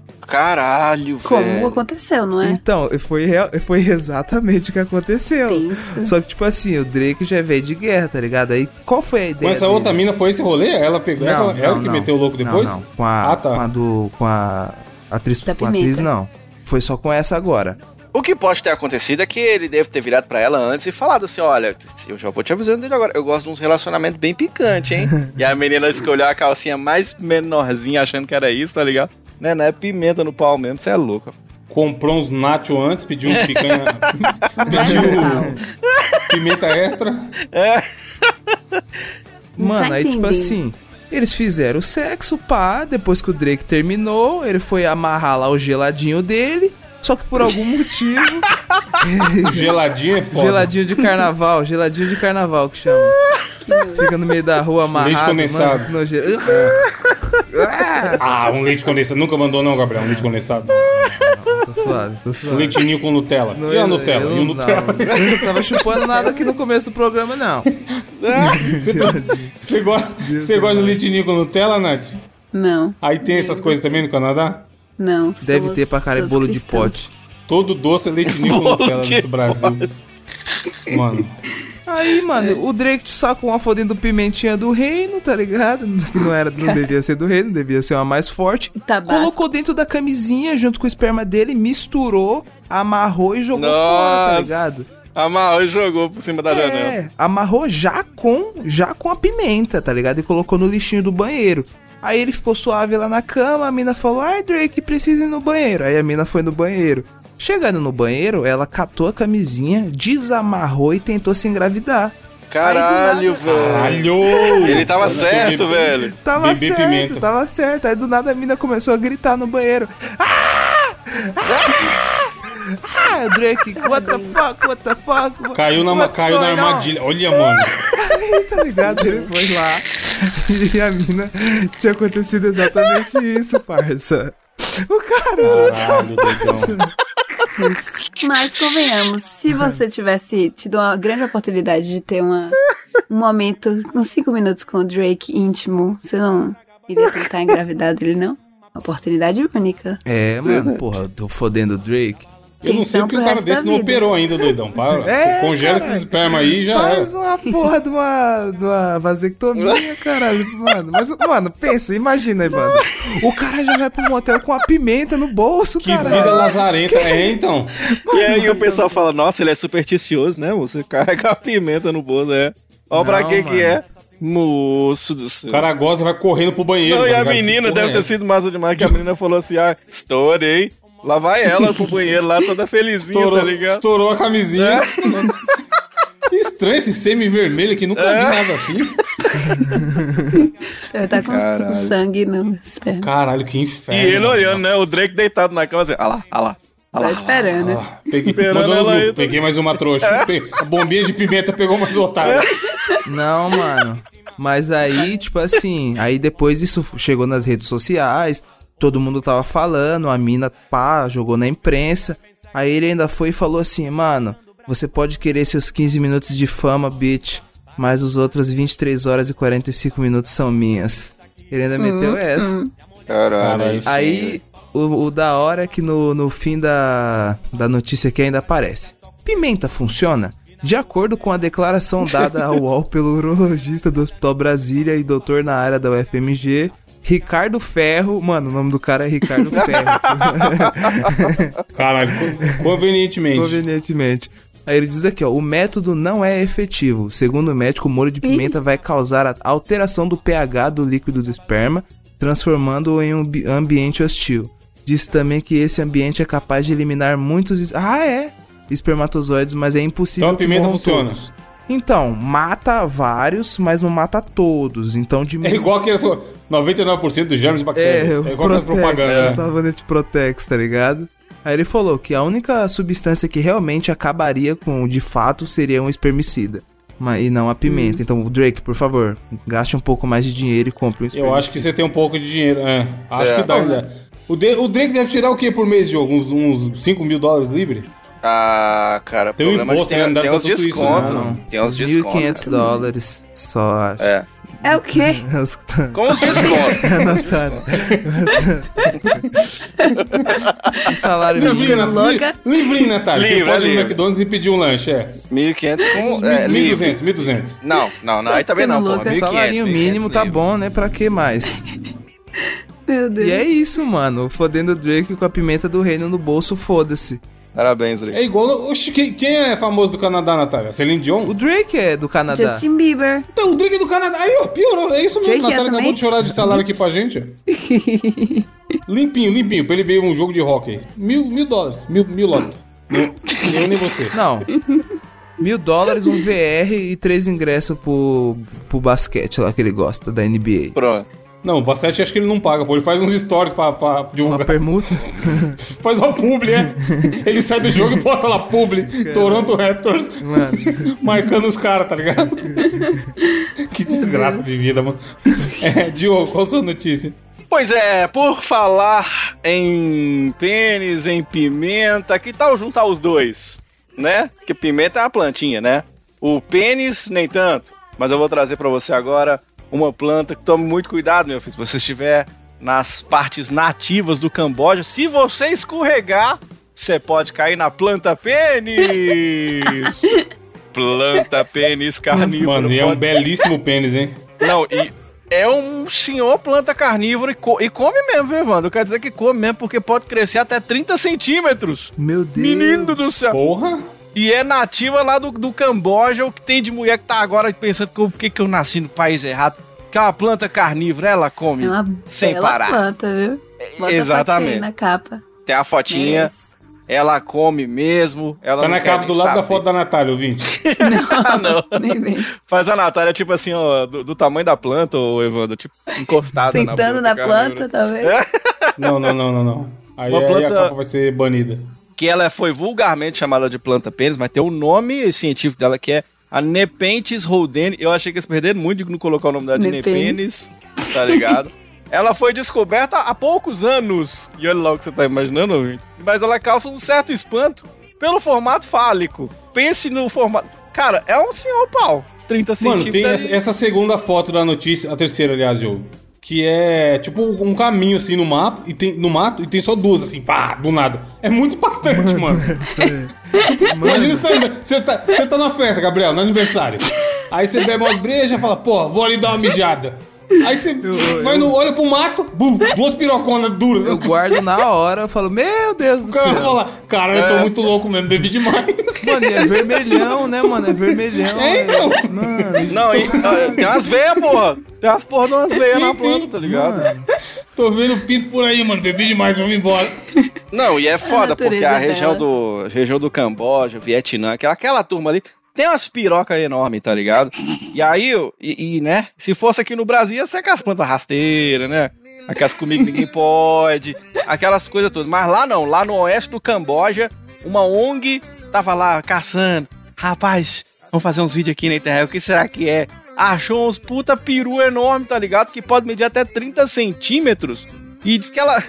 Speaker 5: Caralho,
Speaker 3: Como
Speaker 5: velho.
Speaker 3: aconteceu, não é?
Speaker 4: Então, foi, real- foi exatamente o que aconteceu.
Speaker 3: Pensa.
Speaker 4: Só que, tipo assim, o Drake já veio de guerra, tá ligado? Aí, qual foi a
Speaker 2: Com
Speaker 4: ideia?
Speaker 2: essa
Speaker 4: dele?
Speaker 2: outra mina foi esse rolê? Ela pegou ela, é ela que
Speaker 4: não.
Speaker 2: meteu o louco
Speaker 4: Não,
Speaker 2: depois?
Speaker 4: Não, Com a,
Speaker 2: Ah, tá.
Speaker 4: com a do. Com a atriz.
Speaker 3: Da
Speaker 4: Com a atriz,
Speaker 3: pimenta.
Speaker 4: não. Foi só com essa agora.
Speaker 5: O que pode ter acontecido é que ele deve ter virado pra ela antes e falado assim: olha, eu já vou te avisando dele agora. Eu gosto de uns relacionamentos bem picante, hein? e a menina escolheu a calcinha mais menorzinha, achando que era isso, tá ligado? Né, né? Pimenta no pau mesmo, você é louco.
Speaker 2: Comprou uns nacho antes, pediu um picanha. pediu pimenta extra.
Speaker 5: É,
Speaker 3: Não
Speaker 4: Mano,
Speaker 3: tá
Speaker 4: aí tipo
Speaker 3: entendendo.
Speaker 4: assim, eles fizeram sexo, pá, depois que o Drake terminou, ele foi amarrar lá o geladinho dele, só que por algum motivo.
Speaker 2: Geladinho é foda.
Speaker 4: geladinho de carnaval, geladinho de carnaval que chama. Fica no meio da rua amarrado,
Speaker 2: condensado. É,
Speaker 4: mano, que nojeira.
Speaker 2: Ah, um leite condensado. Nunca mandou não, Gabriel, um leite condensado.
Speaker 4: Tô suave, tô
Speaker 2: Um
Speaker 4: suave.
Speaker 2: leitinho com Nutella. e a
Speaker 4: eu-
Speaker 2: Nutella?
Speaker 4: eu
Speaker 2: e o
Speaker 4: não-
Speaker 2: Nutella?
Speaker 4: Você não tava chupando nada aqui no começo do programa, não.
Speaker 2: Você gosta,
Speaker 4: é
Speaker 2: você gosta de leitinho com Nutella, Nath?
Speaker 3: Não,
Speaker 2: Aí tem essas coisas também no Canadá?
Speaker 3: não.
Speaker 4: Deve
Speaker 3: somos
Speaker 4: ter pra cara
Speaker 3: todos
Speaker 4: bolo de
Speaker 3: cristãos.
Speaker 4: pote.
Speaker 2: Todo doce é leitinho com
Speaker 5: Bolo
Speaker 2: Nutella
Speaker 5: de
Speaker 2: nesse Brasil. Mano,
Speaker 4: Aí, mano, o Drake sacou uma fodendo pimentinha do reino, tá ligado? Que não era, não devia ser do reino, devia ser uma mais forte.
Speaker 3: Tabasco.
Speaker 4: Colocou dentro da camisinha junto com o esperma dele, misturou, amarrou e jogou
Speaker 5: Nossa.
Speaker 4: fora, tá ligado?
Speaker 5: A Maui jogou por cima da janela.
Speaker 4: É, amarrou já com, já com a pimenta, tá ligado? E colocou no lixinho do banheiro. Aí ele ficou suave lá na cama, a mina falou: "Ai, Drake, precisa ir no banheiro". Aí a mina foi no banheiro. Chegando no banheiro, ela catou a camisinha, desamarrou e tentou se engravidar.
Speaker 5: Caralho, velho.
Speaker 2: Caralho!
Speaker 5: Ele tava certo,
Speaker 2: Bebê-
Speaker 5: velho.
Speaker 4: Tava
Speaker 2: Bebê
Speaker 4: certo,
Speaker 2: Pimenta.
Speaker 4: tava certo. Aí do nada a mina começou a gritar no banheiro. Ah! Ah! Ah! Drake, what the fuck, what the fuck?
Speaker 2: Caiu na,
Speaker 4: what's
Speaker 2: caiu na
Speaker 4: going on?
Speaker 2: armadilha. Olha, mano.
Speaker 4: Aí, tá ligado? Ele foi lá. E a mina tinha acontecido exatamente isso, parça. O cara.
Speaker 2: Caralho, doidão.
Speaker 3: Mas convenhamos, se você tivesse tido uma grande oportunidade de ter uma, um momento, uns 5 minutos com o Drake íntimo, você não iria tentar engravidar dele, não? Uma oportunidade única.
Speaker 4: É, mano, porra, eu tô fodendo o Drake.
Speaker 2: Eu não sei
Speaker 3: Pensão
Speaker 2: porque
Speaker 3: pro
Speaker 2: um cara
Speaker 3: resto da
Speaker 2: desse não
Speaker 3: vida.
Speaker 2: operou ainda, doidão. Para.
Speaker 4: É,
Speaker 2: Congela
Speaker 4: caralho.
Speaker 2: esses esperma aí e já era.
Speaker 4: Faz um uma porra de uma, de uma vasectomia, caralho, mano. Mas, mano, pensa, imagina, Ivan. O cara já vai pro motel com a pimenta no bolso,
Speaker 2: Que
Speaker 4: cara.
Speaker 2: vida lazarenta é, então?
Speaker 5: E aí o pessoal fala, nossa, ele é supersticioso, né, moço? Carrega a pimenta no bolso, é. Ó pra
Speaker 4: Não,
Speaker 5: que
Speaker 4: mano.
Speaker 5: que é. Moço do
Speaker 2: O
Speaker 5: céu.
Speaker 2: cara goza vai correndo pro banheiro.
Speaker 5: Não,
Speaker 2: tá
Speaker 5: e a
Speaker 2: ligado? Que
Speaker 5: menina
Speaker 2: porra
Speaker 5: deve
Speaker 2: é
Speaker 5: ter
Speaker 2: essa?
Speaker 5: sido massa demais, que a menina falou assim, ah, estourei. Lá vai ela pro banheiro, lá toda felizinha,
Speaker 2: Estourou,
Speaker 5: tá ligado? É.
Speaker 2: estourou a camisinha. Que estranho esse semi-vermelho aqui, nunca vi nada assim.
Speaker 3: Deve estar tá com
Speaker 5: Caralho.
Speaker 3: com sangue no esperma.
Speaker 2: Caralho, que
Speaker 5: E
Speaker 2: inferno.
Speaker 5: ele olhando, né,
Speaker 2: É, Nossa.
Speaker 5: o Drake deitado na cama, assim, ah lá, ah lá. Ah
Speaker 3: Só
Speaker 5: lá.
Speaker 3: esperando.
Speaker 2: Ah, peguei,
Speaker 5: Esperando
Speaker 2: mandou no
Speaker 5: ela
Speaker 2: grupo,
Speaker 5: aí.
Speaker 2: peguei mais uma trouxa. Pe- A bombinha de pimenta pegou mais um otário.
Speaker 4: Não, mano. Mas aí, tipo assim, aí depois isso chegou nas redes sociais, todo mundo tava falando, a mina pá, jogou na imprensa. Aí ele ainda foi e falou assim, mano, você pode querer seus 15 minutos de fama, bitch, mas os outros 23 horas e 45 minutos são minhas. Ele ainda meteu
Speaker 2: Uhum,
Speaker 4: essa.
Speaker 5: Caralho.
Speaker 2: Cara, isso
Speaker 4: Aí, o, o da hora é que no, no fim da, da notícia aqui ainda aparece. Pimenta funciona? De acordo com a declaração dada ao UOL pelo urologista do Hospital Brasília e doutor na área da UFMG, Ricardo Ferro. Mano, o nome do cara é Ricardo Ferro.
Speaker 2: Caralho, co- convenientemente.
Speaker 4: Convenientemente. Aí ele diz aqui, ó, o método não é efetivo. Segundo o médico, o molho de pimenta vai causar a alteração do pH do líquido do esperma, transformando-o em um bi- ambiente hostil. Diz também que esse ambiente é capaz de eliminar muitos... es- Ah, é? Espermatozoides, mas é impossível
Speaker 2: Então a
Speaker 4: que
Speaker 2: pimenta
Speaker 4: morram
Speaker 2: funciona.
Speaker 4: todos. Então, mata vários, mas não mata todos. Então diminui...
Speaker 2: É igual que 99% dos germes e bactérias. É,
Speaker 4: É, o
Speaker 2: igual aquelas
Speaker 4: Protex, o
Speaker 2: propagandas. né?
Speaker 4: sabonete Protex, tá ligado? Aí ele falou que a única substância que realmente acabaria com, de fato, seria um espermicida. Mas, e não a
Speaker 2: Hum.
Speaker 4: pimenta. Então, Drake, por favor, gaste um pouco mais de dinheiro e compre um
Speaker 2: Eu
Speaker 4: espermicida.
Speaker 2: acho que você tem um pouco de dinheiro. É, acho
Speaker 5: É.
Speaker 2: que dá. né? O, De- o Drake deve tirar o que por mês, Diogo? Uns, uns 5 mil dólares livre?
Speaker 5: Ah, cara, o
Speaker 2: Tem um
Speaker 5: problema é que
Speaker 2: imposto, né?
Speaker 5: tem,
Speaker 2: Deve
Speaker 5: tem
Speaker 2: tá
Speaker 5: uns
Speaker 2: tudo isso,
Speaker 5: descontos.
Speaker 2: né?
Speaker 4: Não.
Speaker 5: Tem uns descontos.
Speaker 4: 1.500 dólares só, acho.
Speaker 5: É.
Speaker 3: É o quê?
Speaker 4: As-
Speaker 5: Com os descontos.
Speaker 4: Natália. O salário
Speaker 2: Livre,
Speaker 4: mínimo.
Speaker 2: Natália.
Speaker 3: Louca.
Speaker 2: Livre, Natália. Quem
Speaker 5: Livre,
Speaker 2: pode ir no
Speaker 5: livre.
Speaker 2: McDonald's e pedir um lanche, é.
Speaker 5: 1.500 com. É, livre.
Speaker 2: 1.200, 1.200.
Speaker 5: Não, não, não, aí também não, pô.
Speaker 3: Louca.
Speaker 5: 1.500.
Speaker 4: Salário
Speaker 5: 1.500
Speaker 4: mínimo tá
Speaker 5: livre.
Speaker 4: bom, né? Pra que mais?
Speaker 3: Meu Deus.
Speaker 4: E é isso, mano. Fodendo o Drake com a pimenta do reino no bolso, foda-se.
Speaker 5: Parabéns, Rick.
Speaker 2: É igual. no- Oxi, quem, quem é famoso do Canadá, Natália? Celine Dion?
Speaker 4: O Drake é do Canadá.
Speaker 3: Justin Bieber.
Speaker 2: Então, o Drake é do Canadá. Aí, ó, piorou. É isso mesmo.
Speaker 3: Drake é
Speaker 2: Natália acabou
Speaker 3: também?
Speaker 2: de chorar de salário aqui pra gente. ó. limpinho, limpinho. Pra ele ver um jogo de hockey. Mil, mil dólares. Mil, mil lotes. Não, Eu nem você.
Speaker 4: Não. Mil dólares, um VR e três ingressos pro, pro basquete lá que ele gosta, da NBA.
Speaker 5: Pronto.
Speaker 2: Não, o Bastet acho que ele não paga, pô. Ele faz uns stories pra, pra
Speaker 4: Uma
Speaker 2: divulgar.
Speaker 4: permuta?
Speaker 2: Faz uma publi, é. Ele sai do jogo e bota lá publi. Toronto Raptors.
Speaker 4: Mano.
Speaker 2: Marcando os caras, tá ligado? que desgraça de vida, mano. É, Diogo, qual a sua notícia?
Speaker 5: Pois é, por falar em pênis, em pimenta, que tal juntar os dois? Né? Porque pimenta é uma plantinha, né? O pênis, nem tanto. Mas eu vou trazer pra você agora uma planta que tome muito cuidado, meu filho. Se você estiver nas partes nativas do Camboja, se você escorregar, você pode cair na planta pênis! planta pênis carnívoro.
Speaker 2: Mano, e é um
Speaker 5: pode-
Speaker 2: belíssimo pênis, hein?
Speaker 5: não, e é um senhor planta carnívoro e, co- e come mesmo, viu, Evandro? Quer dizer que come mesmo, porque pode crescer até 30 centímetros.
Speaker 4: Meu Deus.
Speaker 5: Menino do céu.
Speaker 2: Porra!
Speaker 5: E é nativa lá do, do Camboja, o que tem de mulher que tá agora pensando que eu- por que, que eu nasci no país errado. Que é uma planta carnívora, ela come.
Speaker 3: É uma
Speaker 5: Sem
Speaker 3: bela
Speaker 5: parar.
Speaker 3: planta, viu? Bota a fotinha aí
Speaker 5: Exatamente.
Speaker 3: na capa. É
Speaker 5: Tem a fotinha.
Speaker 3: Isso.
Speaker 5: ela come mesmo. Ela
Speaker 2: Tá
Speaker 5: não
Speaker 2: na
Speaker 5: quer
Speaker 2: capa
Speaker 5: nem
Speaker 2: do lado da
Speaker 5: saber.
Speaker 2: foto da Natália, ouvinte.
Speaker 5: Ah, não.
Speaker 3: Nem vem.
Speaker 5: Faz a Natália, tipo assim, ó, do, do tamanho da planta, ô Evandro, tipo, encostada
Speaker 3: Sentando na
Speaker 5: na, boca,
Speaker 3: planta,
Speaker 5: cara.
Speaker 3: talvez.
Speaker 2: Não, não, não, não, não. Aí,
Speaker 5: Uma
Speaker 2: aí
Speaker 5: planta-
Speaker 2: a capa vai ser banida.
Speaker 5: Que ela foi vulgarmente chamada de planta pênis, mas tem o nome científico dela que é a Nepenthes rodeni. Eu achei que eles perderam muito de não colocar o nome dela de
Speaker 3: Nepenthes.
Speaker 5: Nepenthes, tá ligado? ela foi descoberta há poucos anos. E olha lá o que você tá imaginando, ouvinte. Mas ela causa um certo espanto pelo formato fálico. Pense no formato... Cara, é um senhor pau. 30
Speaker 2: Mano, tem
Speaker 5: centímetros.
Speaker 2: essa, essa segunda foto da notícia, a terceira, aliás, Diogo. Que é tipo um caminho assim no mapa e tem no mato e tem só duas assim, pá, do nada. É muito impactante, mano. Imagina você tá, você tá, você tá na festa, Gabriel, no aniversário. Aí você bebe umas brejas e fala, pô, vou ali dar uma mijada. Aí você vai no, olha pro mato, bum, duas piroconas duras.
Speaker 4: Eu guardo na hora, eu falo, meu Deus do
Speaker 2: O cara
Speaker 4: céu.
Speaker 2: fala, cara, eu tô muito louco mesmo, bebi demais.
Speaker 4: Mano, e é vermelhão, né, mano? É vermelhão.
Speaker 2: É, então.
Speaker 4: Mano,
Speaker 5: Não, e, ah, tem umas veias, porra. Tem umas porra de umas veias na planta, tá ligado?
Speaker 2: Tô vendo pinto por aí, mano, bebi demais, vamos embora.
Speaker 5: Não, e é foda, porque
Speaker 3: natureza
Speaker 5: a região
Speaker 3: dela.
Speaker 5: do, região do Camboja, Vietnã, aquela, aquela turma ali, tem umas pirocas enormes, tá ligado? E aí, eu- e, e, né, se fosse aqui no Brasil, ia ser com as plantas rasteiras, né? Aquelas comigo ninguém pode, aquelas coisas todas. Mas lá não, lá no oeste do Camboja, uma ONG tava lá caçando. Rapaz, vamos fazer uns vídeos aqui na internet, o que será que é? Achou uns puta peru enorme, tá ligado? Que pode medir até 30 centímetros. E diz que ela...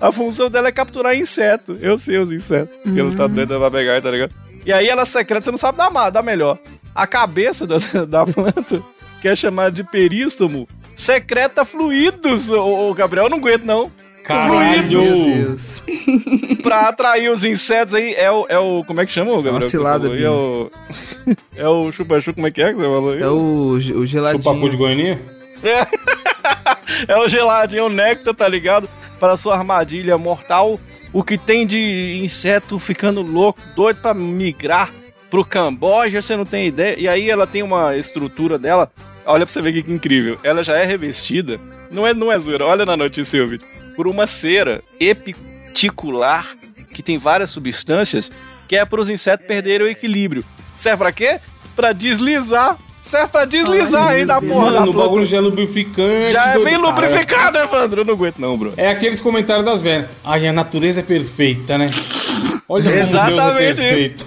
Speaker 5: A função dela é capturar inseto. Eu sei os insetos. Porque ela
Speaker 4: Hum.
Speaker 5: tá doida pra pegar, tá ligado? E aí ela secreta, você não sabe dar, ma- dar melhor. A cabeça da, da planta, que é chamada de perístomo, secreta fluidos. Ô, ô, Gabriel, eu não aguento, não.
Speaker 2: Caralho!
Speaker 4: meu Deus.
Speaker 5: Pra atrair os insetos aí, é o. É o como é que chama, ô, Gabriel?
Speaker 4: uma
Speaker 5: que você
Speaker 4: cilada,
Speaker 5: falou aí? É o. É o chupa-chupa, como é que é que você falou? aí?
Speaker 4: É o, ge-
Speaker 2: O
Speaker 4: o
Speaker 2: papo de
Speaker 4: geladinho.
Speaker 2: Goianinha?
Speaker 5: É o geladinho, é o néctar, tá ligado? Para sua armadilha mortal. O que tem de inseto ficando louco, doido pra migrar pro Camboja, você não tem ideia. E aí ela tem uma estrutura dela. Olha pra você ver que, que incrível. Ela já é revestida. Não é, não é zoeira. Olha na notícia, seu vídeo. Por uma cera epiticular que tem várias substâncias que é para os insetos perderem o equilíbrio. Serve pra quê? Pra deslizar. Serve pra deslizar
Speaker 4: Ai,
Speaker 5: ainda a
Speaker 4: meu Deus.
Speaker 5: porra da
Speaker 2: Mano, o
Speaker 5: planta.
Speaker 2: bagulho já é lubrificante.
Speaker 5: Já é
Speaker 2: doido.
Speaker 5: bem
Speaker 2: Cara,
Speaker 5: lubrificado, Evandro. Eu não aguento, não, bro.
Speaker 2: É aqueles comentários das velhas. Ai, a natureza é perfeita, né? Olha como
Speaker 5: Exatamente
Speaker 2: Deus é perfeito.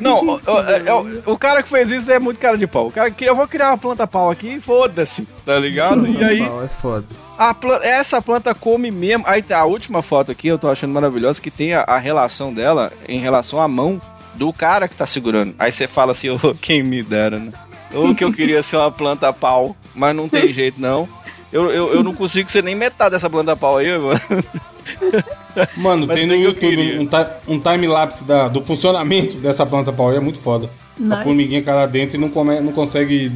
Speaker 5: Não, o, o- é- o- o cara que fez isso é muito cara de pau. O cara que eu vou criar uma planta pau aqui e foda-se, tá ligado? E aí,
Speaker 4: Pau, É foda.
Speaker 5: a plan- essa planta come mesmo. Aí tá a última foto aqui, eu tô achando maravilhosa, que tem a, a relação dela em relação à mão do cara que tá segurando. Aí você fala assim, ô, quem me dera, né? Ou que eu queria ser uma planta pau, mas não tem jeito, não. Eu, eu, eu não consigo ser nem metade dessa planta pau aí, mano.
Speaker 2: Mano,
Speaker 5: Mas
Speaker 2: tem no
Speaker 5: tem que eu
Speaker 2: YouTube
Speaker 5: queria.
Speaker 2: um, ta- um timelapse da- do funcionamento dessa planta pau. e É muito foda. A
Speaker 3: Nice.
Speaker 2: formiguinha cai lá dentro e não, come- não consegue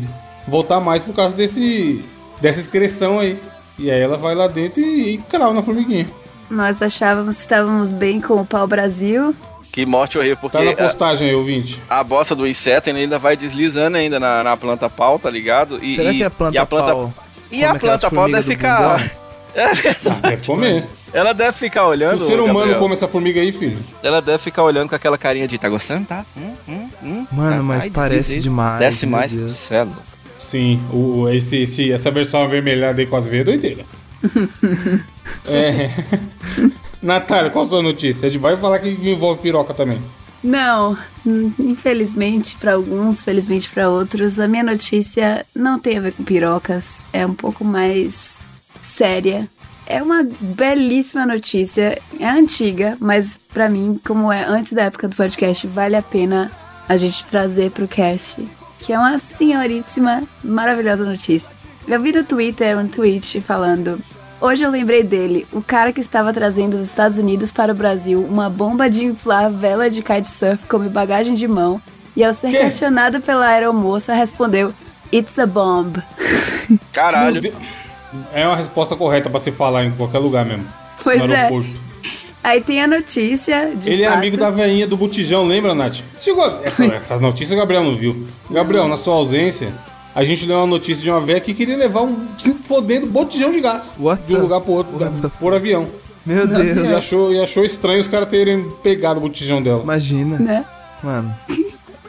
Speaker 2: voltar mais por causa desse, dessa excreção aí. E aí ela vai lá dentro e, e crava na formiguinha.
Speaker 3: Nós achávamos que estávamos bem com o pau Brasil.
Speaker 5: Que morte horrível, porque.
Speaker 2: Tá na
Speaker 5: a-
Speaker 2: postagem aí, ouvinte.
Speaker 5: a bosta do inseto ele ainda vai deslizando ainda na, na planta pau, tá ligado? E,
Speaker 4: Será
Speaker 5: e-
Speaker 4: que é planta
Speaker 5: e a planta
Speaker 4: pau? é
Speaker 5: E a
Speaker 4: Come aquelas
Speaker 5: planta pau deve
Speaker 4: formigas do
Speaker 5: ficar. Tá,
Speaker 2: Ah, deve
Speaker 5: tipo
Speaker 2: comer.
Speaker 5: Ela deve ficar
Speaker 2: Se
Speaker 5: olhando.
Speaker 2: o ser humano
Speaker 5: Tá Gabriel,
Speaker 2: come essa formiga aí, filho.
Speaker 5: Ela deve ficar olhando com aquela carinha de tá gostando, tá? Hum, hum, hum.
Speaker 4: Mano,
Speaker 5: Tá,
Speaker 4: mas
Speaker 5: ai,
Speaker 4: parece
Speaker 5: deslizei.
Speaker 4: demais,
Speaker 5: Desce
Speaker 4: meu
Speaker 5: mais.
Speaker 4: Deus.
Speaker 5: Cê é louco.
Speaker 2: Sim, o, o- esse, esse- essa versão avermelhada aí com as veias é doideira. é. Natália, qual a sua notícia? A gente vai falar que envolve piroca também.
Speaker 3: Não, hum, infelizmente para alguns, felizmente para outros, a minha notícia não tem a ver com pirocas, é um pouco mais séria. É uma belíssima notícia, é antiga, mas para mim, como é antes da época do podcast, vale a pena a gente trazer pro cast, que é uma senhoríssima, maravilhosa notícia. Eu vi no Twitter um tweet falando Hoje eu lembrei dele, o cara que estava trazendo dos Estados Unidos para o Brasil uma bomba de inflar vela de kitesurf como bagagem de mão. E ao ser questionado pela aeromoça, respondeu: It's a bomb.
Speaker 5: Caralho.
Speaker 2: É uma resposta correta pra se falar em qualquer lugar mesmo.
Speaker 3: Pois
Speaker 2: no
Speaker 3: é.
Speaker 2: aeroporto.
Speaker 3: Aí tem a notícia de.
Speaker 2: Ele é
Speaker 3: fato.
Speaker 2: amigo da veinha do botijão, lembra, Nath? Chegou. Essa, essa notícia o Gabriel não viu. Gabriel, na sua ausência, a gente leu uma notícia de uma véia que queria levar um fodendo botijão de gás
Speaker 4: What
Speaker 2: de um
Speaker 4: the-
Speaker 2: lugar pro outro,
Speaker 4: what the-
Speaker 2: por avião.
Speaker 4: Meu
Speaker 2: E
Speaker 5: é.
Speaker 4: Deus.
Speaker 2: achou, e achou estranho os caras terem pegado o botijão dela.
Speaker 4: Imagina.
Speaker 3: né?
Speaker 4: Mano.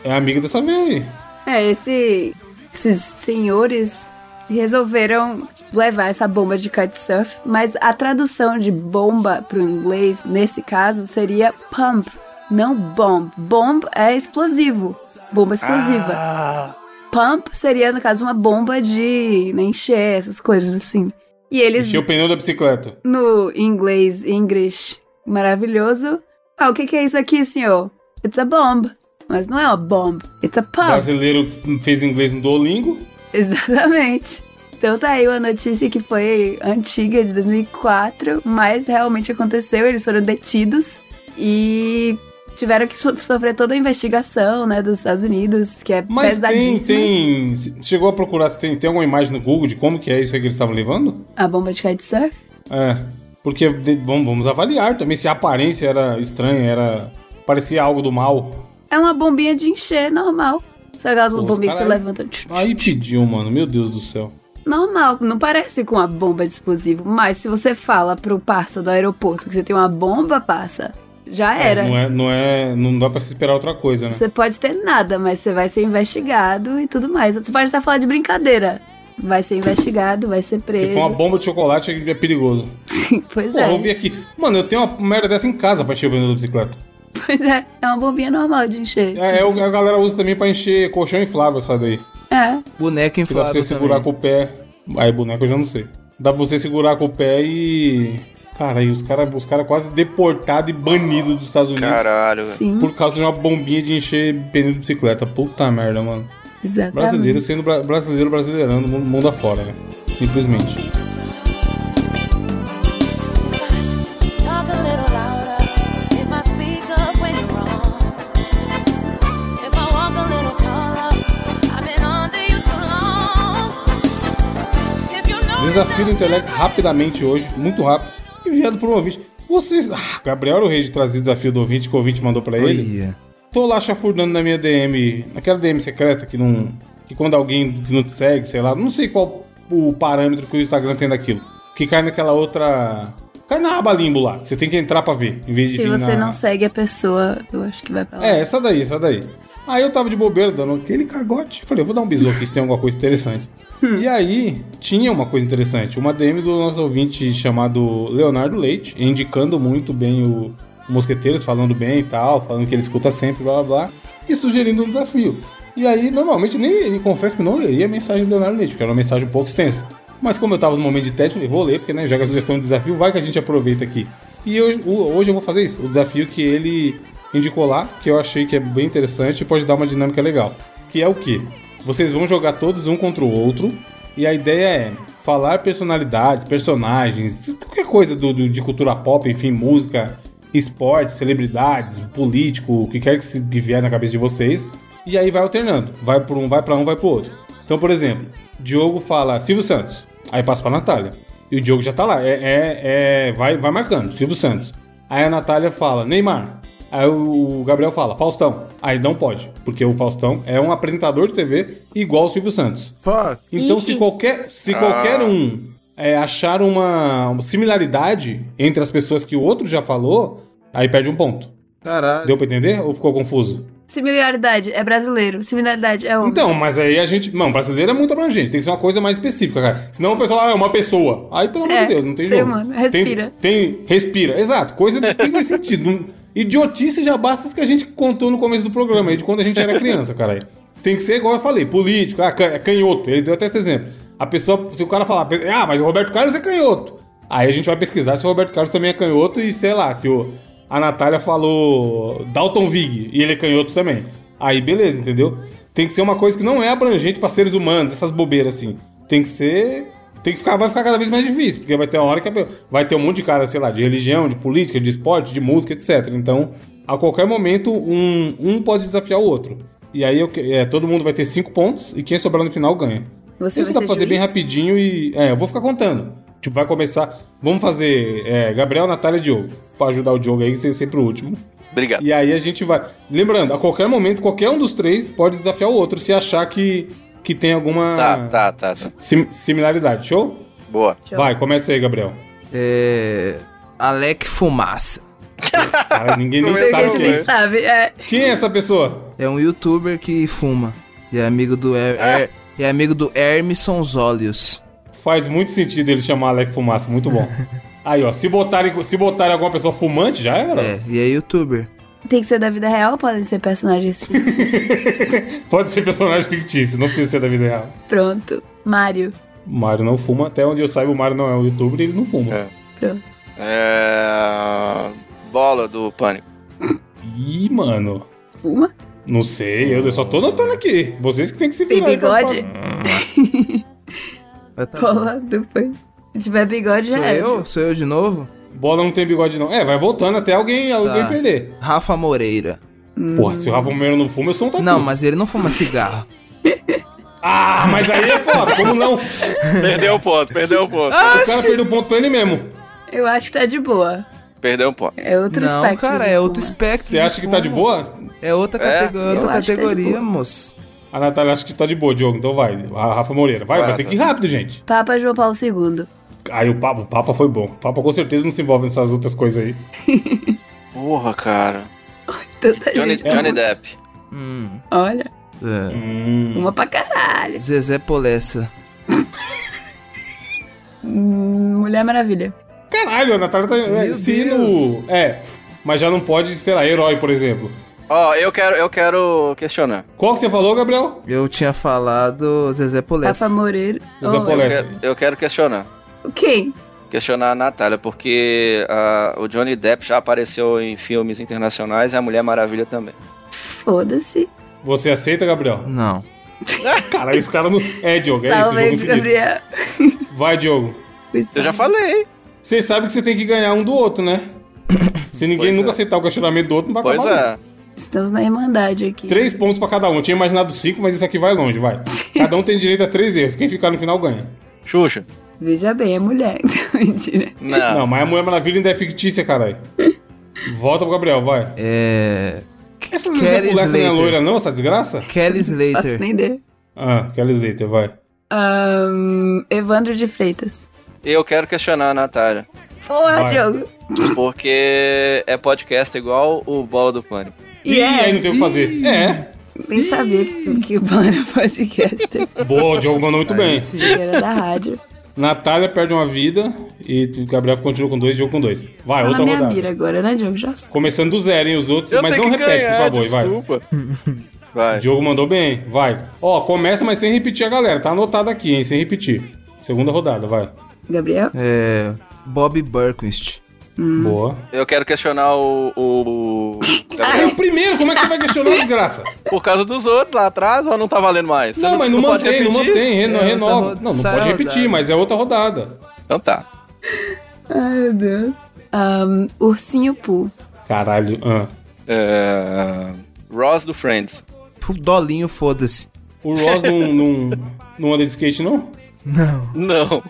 Speaker 2: É amiga dessa vez aí.
Speaker 3: É, esse, esses senhores resolveram levar essa bomba de kitesurf, mas a tradução de bomba pro inglês, nesse caso, seria pump, não bomb. Bomb é explosivo, bomba explosiva. Pump seria, no caso, uma bomba de né, encher, essas coisas assim. E eles,
Speaker 2: Encheu o pneu da bicicleta.
Speaker 3: no inglês, English, maravilhoso. Ah, o que, que é isso aqui, senhor? It's a bomb. Mas não é uma bomb, it's a pump.
Speaker 2: Brasileiro fez inglês no Duolingo.
Speaker 3: Exatamente. Então tá aí uma notícia que foi antiga, de 2004, mas realmente aconteceu, eles foram detidos e tiveram que so- sofrer toda a investigação, né, dos Estados Unidos, que é
Speaker 2: Mas tem,
Speaker 3: pesadíssima.
Speaker 2: tem. Chegou a procurar se tem, tem alguma imagem no Google de como que é isso aí que eles estavam levando?
Speaker 3: A bomba de kitesurf?
Speaker 2: É. Porque de- vamos, vamos avaliar também se a aparência era estranha, era. parecia algo do mal.
Speaker 3: É uma bombinha de encher, normal. Só aquela
Speaker 2: Pô, os
Speaker 3: bombinha que você
Speaker 2: cara-
Speaker 3: levanta... tch, tch,
Speaker 2: Aí
Speaker 3: tch.
Speaker 2: pediu, mano. Meu Deus do céu.
Speaker 3: Normal, não parece com uma bomba de explosivo, mas se você fala pro parça do aeroporto que você tem uma bomba, parça, já era.
Speaker 2: Não é, não é. Não dá pra se esperar outra coisa, né?
Speaker 3: Você pode ter nada, mas você vai ser investigado e tudo mais. Você pode estar falando de brincadeira. Vai ser investigado, vai ser preso.
Speaker 2: Se for uma bomba de chocolate, é perigoso.
Speaker 3: pois
Speaker 2: Pô,
Speaker 3: é.
Speaker 2: eu vi aqui. Mano, eu tenho uma merda dessa em casa pra encher o pneu da bicicleta.
Speaker 3: Pois é. É uma bombinha normal de encher.
Speaker 2: É, é o- a galera usa também pra encher colchão inflável, essa daí.
Speaker 3: É.
Speaker 4: Boneco
Speaker 2: Que dá pra você
Speaker 4: inflável
Speaker 2: segurar
Speaker 4: também.
Speaker 2: com o pé. Aí, boneco, eu já não sei. Dá pra você segurar com o pé e. Cara, aí os caras os cara quase deportado e banido dos Estados Unidos
Speaker 5: Caralho, velho.
Speaker 3: Sim,
Speaker 2: por causa de uma bombinha de encher pneu de bicicleta. Puta merda, mano.
Speaker 3: exatamente.
Speaker 2: Brasileiro sendo bra- brasileiro brasileirando mundo, mundo afora, né? Simplesmente.
Speaker 6: Talk a little louder if I speak up when you're wrong. If I walk a little taller, I've been under you too long. If you know
Speaker 2: Desafio do intelecto rapidamente hoje, muito rápido, enviado por um ouvinte. Vocês. Ah, Gabriel era o rei de trazer desafio do ouvinte, que o ouvinte mandou pra ele.
Speaker 4: Olha.
Speaker 2: Tô lá chafurdando na minha DM, naquela DM secreta que não. que quando alguém que não te segue, sei lá, não sei qual o parâmetro que o Instagram tem daquilo. Que cai naquela outra. Cai na aba limbo lá, que você tem que entrar pra ver, em vez de
Speaker 3: Se
Speaker 2: vir
Speaker 3: você
Speaker 2: na-
Speaker 3: não segue a pessoa, eu acho que vai pra lá.
Speaker 2: É, essa daí, essa daí. Aí eu tava de bobeira dando aquele cagote. Falei, eu vou dar um bisu aqui se tem alguma coisa interessante. e aí, tinha uma coisa interessante. Uma DM do nosso ouvinte chamado Leonardo Leite, indicando muito bem o o Mosqueteiros, falando bem e tal, falando que ele escuta sempre, blá blá blá, e sugerindo um desafio. E aí, normalmente, nem ele confesso que não leria a mensagem do Leonardo Leite, porque era uma mensagem um pouco extensa. Mas como eu tava no momento de teste, eu falei, vou ler, porque né, já que a sugestão de desafio, vai que a gente aproveita aqui. E hoje, o- hoje eu vou fazer isso, o desafio que ele indicou lá, que eu achei que é bem interessante e pode dar uma dinâmica legal. Que é o quê? Vocês vão jogar todos um contra o outro, e a ideia é falar personalidades, personagens, qualquer coisa do, do- de cultura pop, enfim, música, esporte, celebridades, político, o que quer que, se, que vier na cabeça de vocês. E aí vai alternando. Vai para um, vai para um, vai pro outro. Então, por exemplo, Diogo fala Silvio Santos. Aí passa pra Natália. E o Diogo já tá lá. É, é- é- vai, vai marcando, Silvio Santos. Aí a Natália fala Neymar. Aí o Gabriel fala Faustão. Aí não pode, porque o Faustão é um apresentador de TV igual ao Silvio Santos.
Speaker 4: Fuck.
Speaker 2: Então,
Speaker 3: Ih.
Speaker 2: se qualquer, se qualquer um é, achar uma, uma similaridade entre as pessoas que o outro já falou, aí perde um ponto.
Speaker 4: Caralho.
Speaker 2: Deu pra entender ou ficou confuso?
Speaker 3: Similaridade é brasileiro. Similaridade é homem.
Speaker 2: Então, mas aí a gente. Não, brasileiro é muito abrangente, tem que ser uma coisa mais específica, cara. Senão o pessoal ah, é uma pessoa. Aí, pelo amor
Speaker 3: É,
Speaker 2: de Deus, não tem
Speaker 3: ser
Speaker 2: jogo.
Speaker 3: humano, respira.
Speaker 2: Tem, tem- respira, exato. Coisa que tem que ter sentido. Não- Idiotice já basta as que a gente contou no começo do programa, aí, de quando a gente era criança, cara. Tem que ser igual eu falei, político, ah, can- é canhoto. Ele deu até esse exemplo. A pessoa, se o cara falar, ah, mas o Roberto Carlos é canhoto. Aí a gente vai pesquisar se o Roberto Carlos também é canhoto e sei lá, se o, a Natália falou Dalton Vig e ele é canhoto também. Aí beleza, entendeu? Tem que ser uma coisa que não é abrangente pra seres humanos, essas bobeiras assim. Tem que ser tem que ficar, vai ficar cada vez mais difícil, porque vai ter uma hora que a- vai ter um monte de cara, sei lá, de religião, de política, de esporte, de música, etc. Então, a qualquer momento, um, um pode desafiar o outro. E aí eu que- é, todo mundo vai ter cinco pontos e quem sobrar no final ganha.
Speaker 3: Você
Speaker 2: Isso
Speaker 3: vai
Speaker 2: dá
Speaker 3: ser
Speaker 2: pra fazer bem
Speaker 3: juiz?
Speaker 2: rapidinho e. É, eu vou ficar contando. Tipo, vai começar. Vamos fazer é, Gabriel, Natália e Diogo. Pra ajudar o Diogo aí, que você é sempre o último.
Speaker 5: Obrigado.
Speaker 2: E aí a gente vai. Lembrando, a qualquer momento, qualquer um dos três pode desafiar o outro se achar que, que tem alguma
Speaker 5: Tá, tá, tá, tá.
Speaker 2: sim- similaridade. Show?
Speaker 5: Boa.
Speaker 3: Show.
Speaker 2: Vai, começa aí, Gabriel.
Speaker 4: É... Alec Fumaça.
Speaker 2: Cara, ninguém nem
Speaker 5: Ninguém
Speaker 2: sabe
Speaker 3: Ninguém
Speaker 2: quem
Speaker 3: nem
Speaker 2: é.
Speaker 3: sabe. É.
Speaker 2: Quem é essa pessoa?
Speaker 4: É um youtuber que fuma. E é amigo do Her Her- e é amigo do Hermison Zolius.
Speaker 2: Faz muito sentido ele chamar Alec Fumaça, muito bom. Aí, ó, se botarem, se botarem alguma pessoa fumante, já era.
Speaker 4: É, e é youtuber.
Speaker 3: Tem que ser da vida real ou podem ser personagens fictícios?
Speaker 2: Pode ser personagem fictício, não precisa ser da vida real.
Speaker 3: Pronto. Mário.
Speaker 2: O Mário não fuma, até onde eu saiba, o Mário não é um youtuber e ele não fuma.
Speaker 5: É.
Speaker 3: Pronto.
Speaker 5: É. Bola do pânico.
Speaker 2: Ih, mano.
Speaker 3: Fuma?
Speaker 2: Não sei, eu eu só tô anotando aqui. Vocês que então, tem que se
Speaker 3: Tem
Speaker 2: virar aí pra-
Speaker 3: bigode?
Speaker 4: Mas tá bom.
Speaker 3: Bola do pânico. Se tiver bigode, já
Speaker 4: Sou
Speaker 3: é.
Speaker 4: eu? Sou eu de novo?
Speaker 2: Bola não tem bigode, não. É, vai voltando até alguém, alguém perder.
Speaker 4: Rafa Moreira.
Speaker 2: Porra, se o Rafa Moreira não fuma, eu sou um tatu.
Speaker 4: Não, mas ele não fuma cigarro.
Speaker 2: Ah, mas aí é foda, como não? O
Speaker 5: Perdeu o ponto, perdeu o ponto.
Speaker 2: cara perdeu ponto pra ele mesmo.
Speaker 3: Eu acho que tá de boa.
Speaker 5: Perdeu um ponto.
Speaker 3: É outro
Speaker 4: não,
Speaker 3: espectro.
Speaker 4: cara,
Speaker 3: de
Speaker 4: é outro
Speaker 3: fuma.
Speaker 4: espectro.
Speaker 2: Você acha que tá de
Speaker 4: fumo.
Speaker 2: boa?
Speaker 4: É outra,
Speaker 5: É,
Speaker 4: catego- outra
Speaker 3: eu acho que é de
Speaker 4: categoria,
Speaker 3: boa.
Speaker 4: moço.
Speaker 2: A Natália acha que tá de boa, Diogo, então vai. A Rafa Moreira, vai, vai,
Speaker 5: Vai,
Speaker 2: ter
Speaker 5: Natália.
Speaker 2: que ir rápido, gente.
Speaker 3: Papa João Paulo II.
Speaker 2: Aí o Papa, o Papa foi bom. O Papa com certeza não se envolve nessas outras coisas aí.
Speaker 5: É? Porra, cara.
Speaker 3: Tanta
Speaker 5: Johnny,
Speaker 3: gente.
Speaker 5: Johnny Depp.
Speaker 4: Hum,
Speaker 3: Olha,
Speaker 4: é.
Speaker 2: Hum.
Speaker 3: uma pra caralho.
Speaker 4: Zezé Polessa.
Speaker 3: Hum, Mulher Maravilha.
Speaker 2: Caralho, a Natália tá. é,
Speaker 4: Meu
Speaker 2: se
Speaker 4: Deus.
Speaker 2: no- É, mas já não pode, sei lá, herói, por exemplo.
Speaker 5: Ó, eu quero, eu quero questionar.
Speaker 2: Qual que você falou, Gabriel?
Speaker 4: Eu tinha falado Zezé Polessa.
Speaker 3: Papa Moreira.
Speaker 2: Zezé
Speaker 5: Eu
Speaker 2: Polessa.
Speaker 5: quero, eu quero questionar.
Speaker 3: Quem?
Speaker 5: Questionar a Natália, porque ah, o Johnny Depp já apareceu em filmes internacionais e a Mulher Maravilha também.
Speaker 3: Foda-se.
Speaker 2: Você aceita, Gabriel?
Speaker 4: Não.
Speaker 2: Caralho, os caras não. É, Diogo, é
Speaker 3: Talvez,
Speaker 2: isso. jogo infinito.
Speaker 3: Gabriel.
Speaker 2: Vai, Diogo.
Speaker 5: Eu já falei.
Speaker 2: Vocês sabem que você tem que ganhar um do outro, né? Se ninguém
Speaker 5: Pois
Speaker 2: nunca
Speaker 5: é.
Speaker 2: aceitar o questionamento do outro, não vai
Speaker 5: Pois
Speaker 2: acabar.
Speaker 5: é.
Speaker 3: Estamos na Irmandade aqui.
Speaker 2: Três pontos pra cada um. Eu tinha imaginado cinco, mas isso aqui vai longe, vai. Cada um tem direito a três erros. Quem ficar no final ganha.
Speaker 5: Xuxa.
Speaker 3: Veja bem, é mulher. Mentira.
Speaker 5: Não.
Speaker 2: Não, mas a Mulher Maravilha ainda é fictícia, caralho. Volta pro Gabriel, vai.
Speaker 4: É.
Speaker 2: Essa
Speaker 4: Kelly
Speaker 2: mulher não é
Speaker 4: Slater.
Speaker 2: loira, não, essa desgraça?
Speaker 4: Kelly
Speaker 3: Faço
Speaker 4: Slater.
Speaker 3: nem ideia.
Speaker 2: Ah, Kelly Slater, vai.
Speaker 3: Ahn, Evandro de Freitas.
Speaker 5: Eu quero questionar a Natália.
Speaker 3: Porra,
Speaker 2: Vai.
Speaker 3: Diogo.
Speaker 5: Porque é podcast igual o Bola do Pânico.
Speaker 2: Ih,
Speaker 3: E é,
Speaker 2: aí não tem o que fazer. É.
Speaker 3: nem sabia que, que o Bora era podcaster.
Speaker 2: Boa, o Diogo mandou muito bem.
Speaker 3: Era da rádio.
Speaker 2: Natália perde uma vida e o Gabriel continua com dois, Diogo com dois. Vai,
Speaker 3: Tá na
Speaker 2: É outra
Speaker 3: minha
Speaker 2: rodada.
Speaker 3: mira agora, né, Diogo? Já
Speaker 2: Começando do zero, hein, os outros. mas não repete, por favor, vai.
Speaker 5: Vai.
Speaker 2: O Diogo mandou bem, vai. Ó, começa, mas sem repetir a galera. Tá anotado aqui, hein, sem repetir. Segunda rodada, vai.
Speaker 3: Gabriel?
Speaker 4: É. Bob Burquist.
Speaker 2: Boa.
Speaker 5: Eu quero questionar o. o, o
Speaker 2: É
Speaker 5: Gabriel.
Speaker 2: o primeiro, como é que você vai questionar, desgraça?
Speaker 5: Por causa dos outros lá atrás, ó, não tá valendo mais. Você
Speaker 2: Não, mas não
Speaker 5: pode
Speaker 2: mantém, não
Speaker 5: repetir?
Speaker 2: mantém, reno-
Speaker 3: tá
Speaker 4: É outra
Speaker 2: renova.
Speaker 4: roda-
Speaker 2: Não, não
Speaker 4: sai
Speaker 2: pode
Speaker 4: a
Speaker 2: repetir,
Speaker 4: rodada.
Speaker 2: mas é outra rodada.
Speaker 5: Então tá.
Speaker 3: Ai, meu Deus. Ahn, Ursinho Poo.
Speaker 2: Caralho, ah.
Speaker 5: É, Ross do Friends.
Speaker 4: Pô, Dolinho, foda-se.
Speaker 2: O Ross não, não, não anda de skate, não?
Speaker 4: Não.
Speaker 5: Não.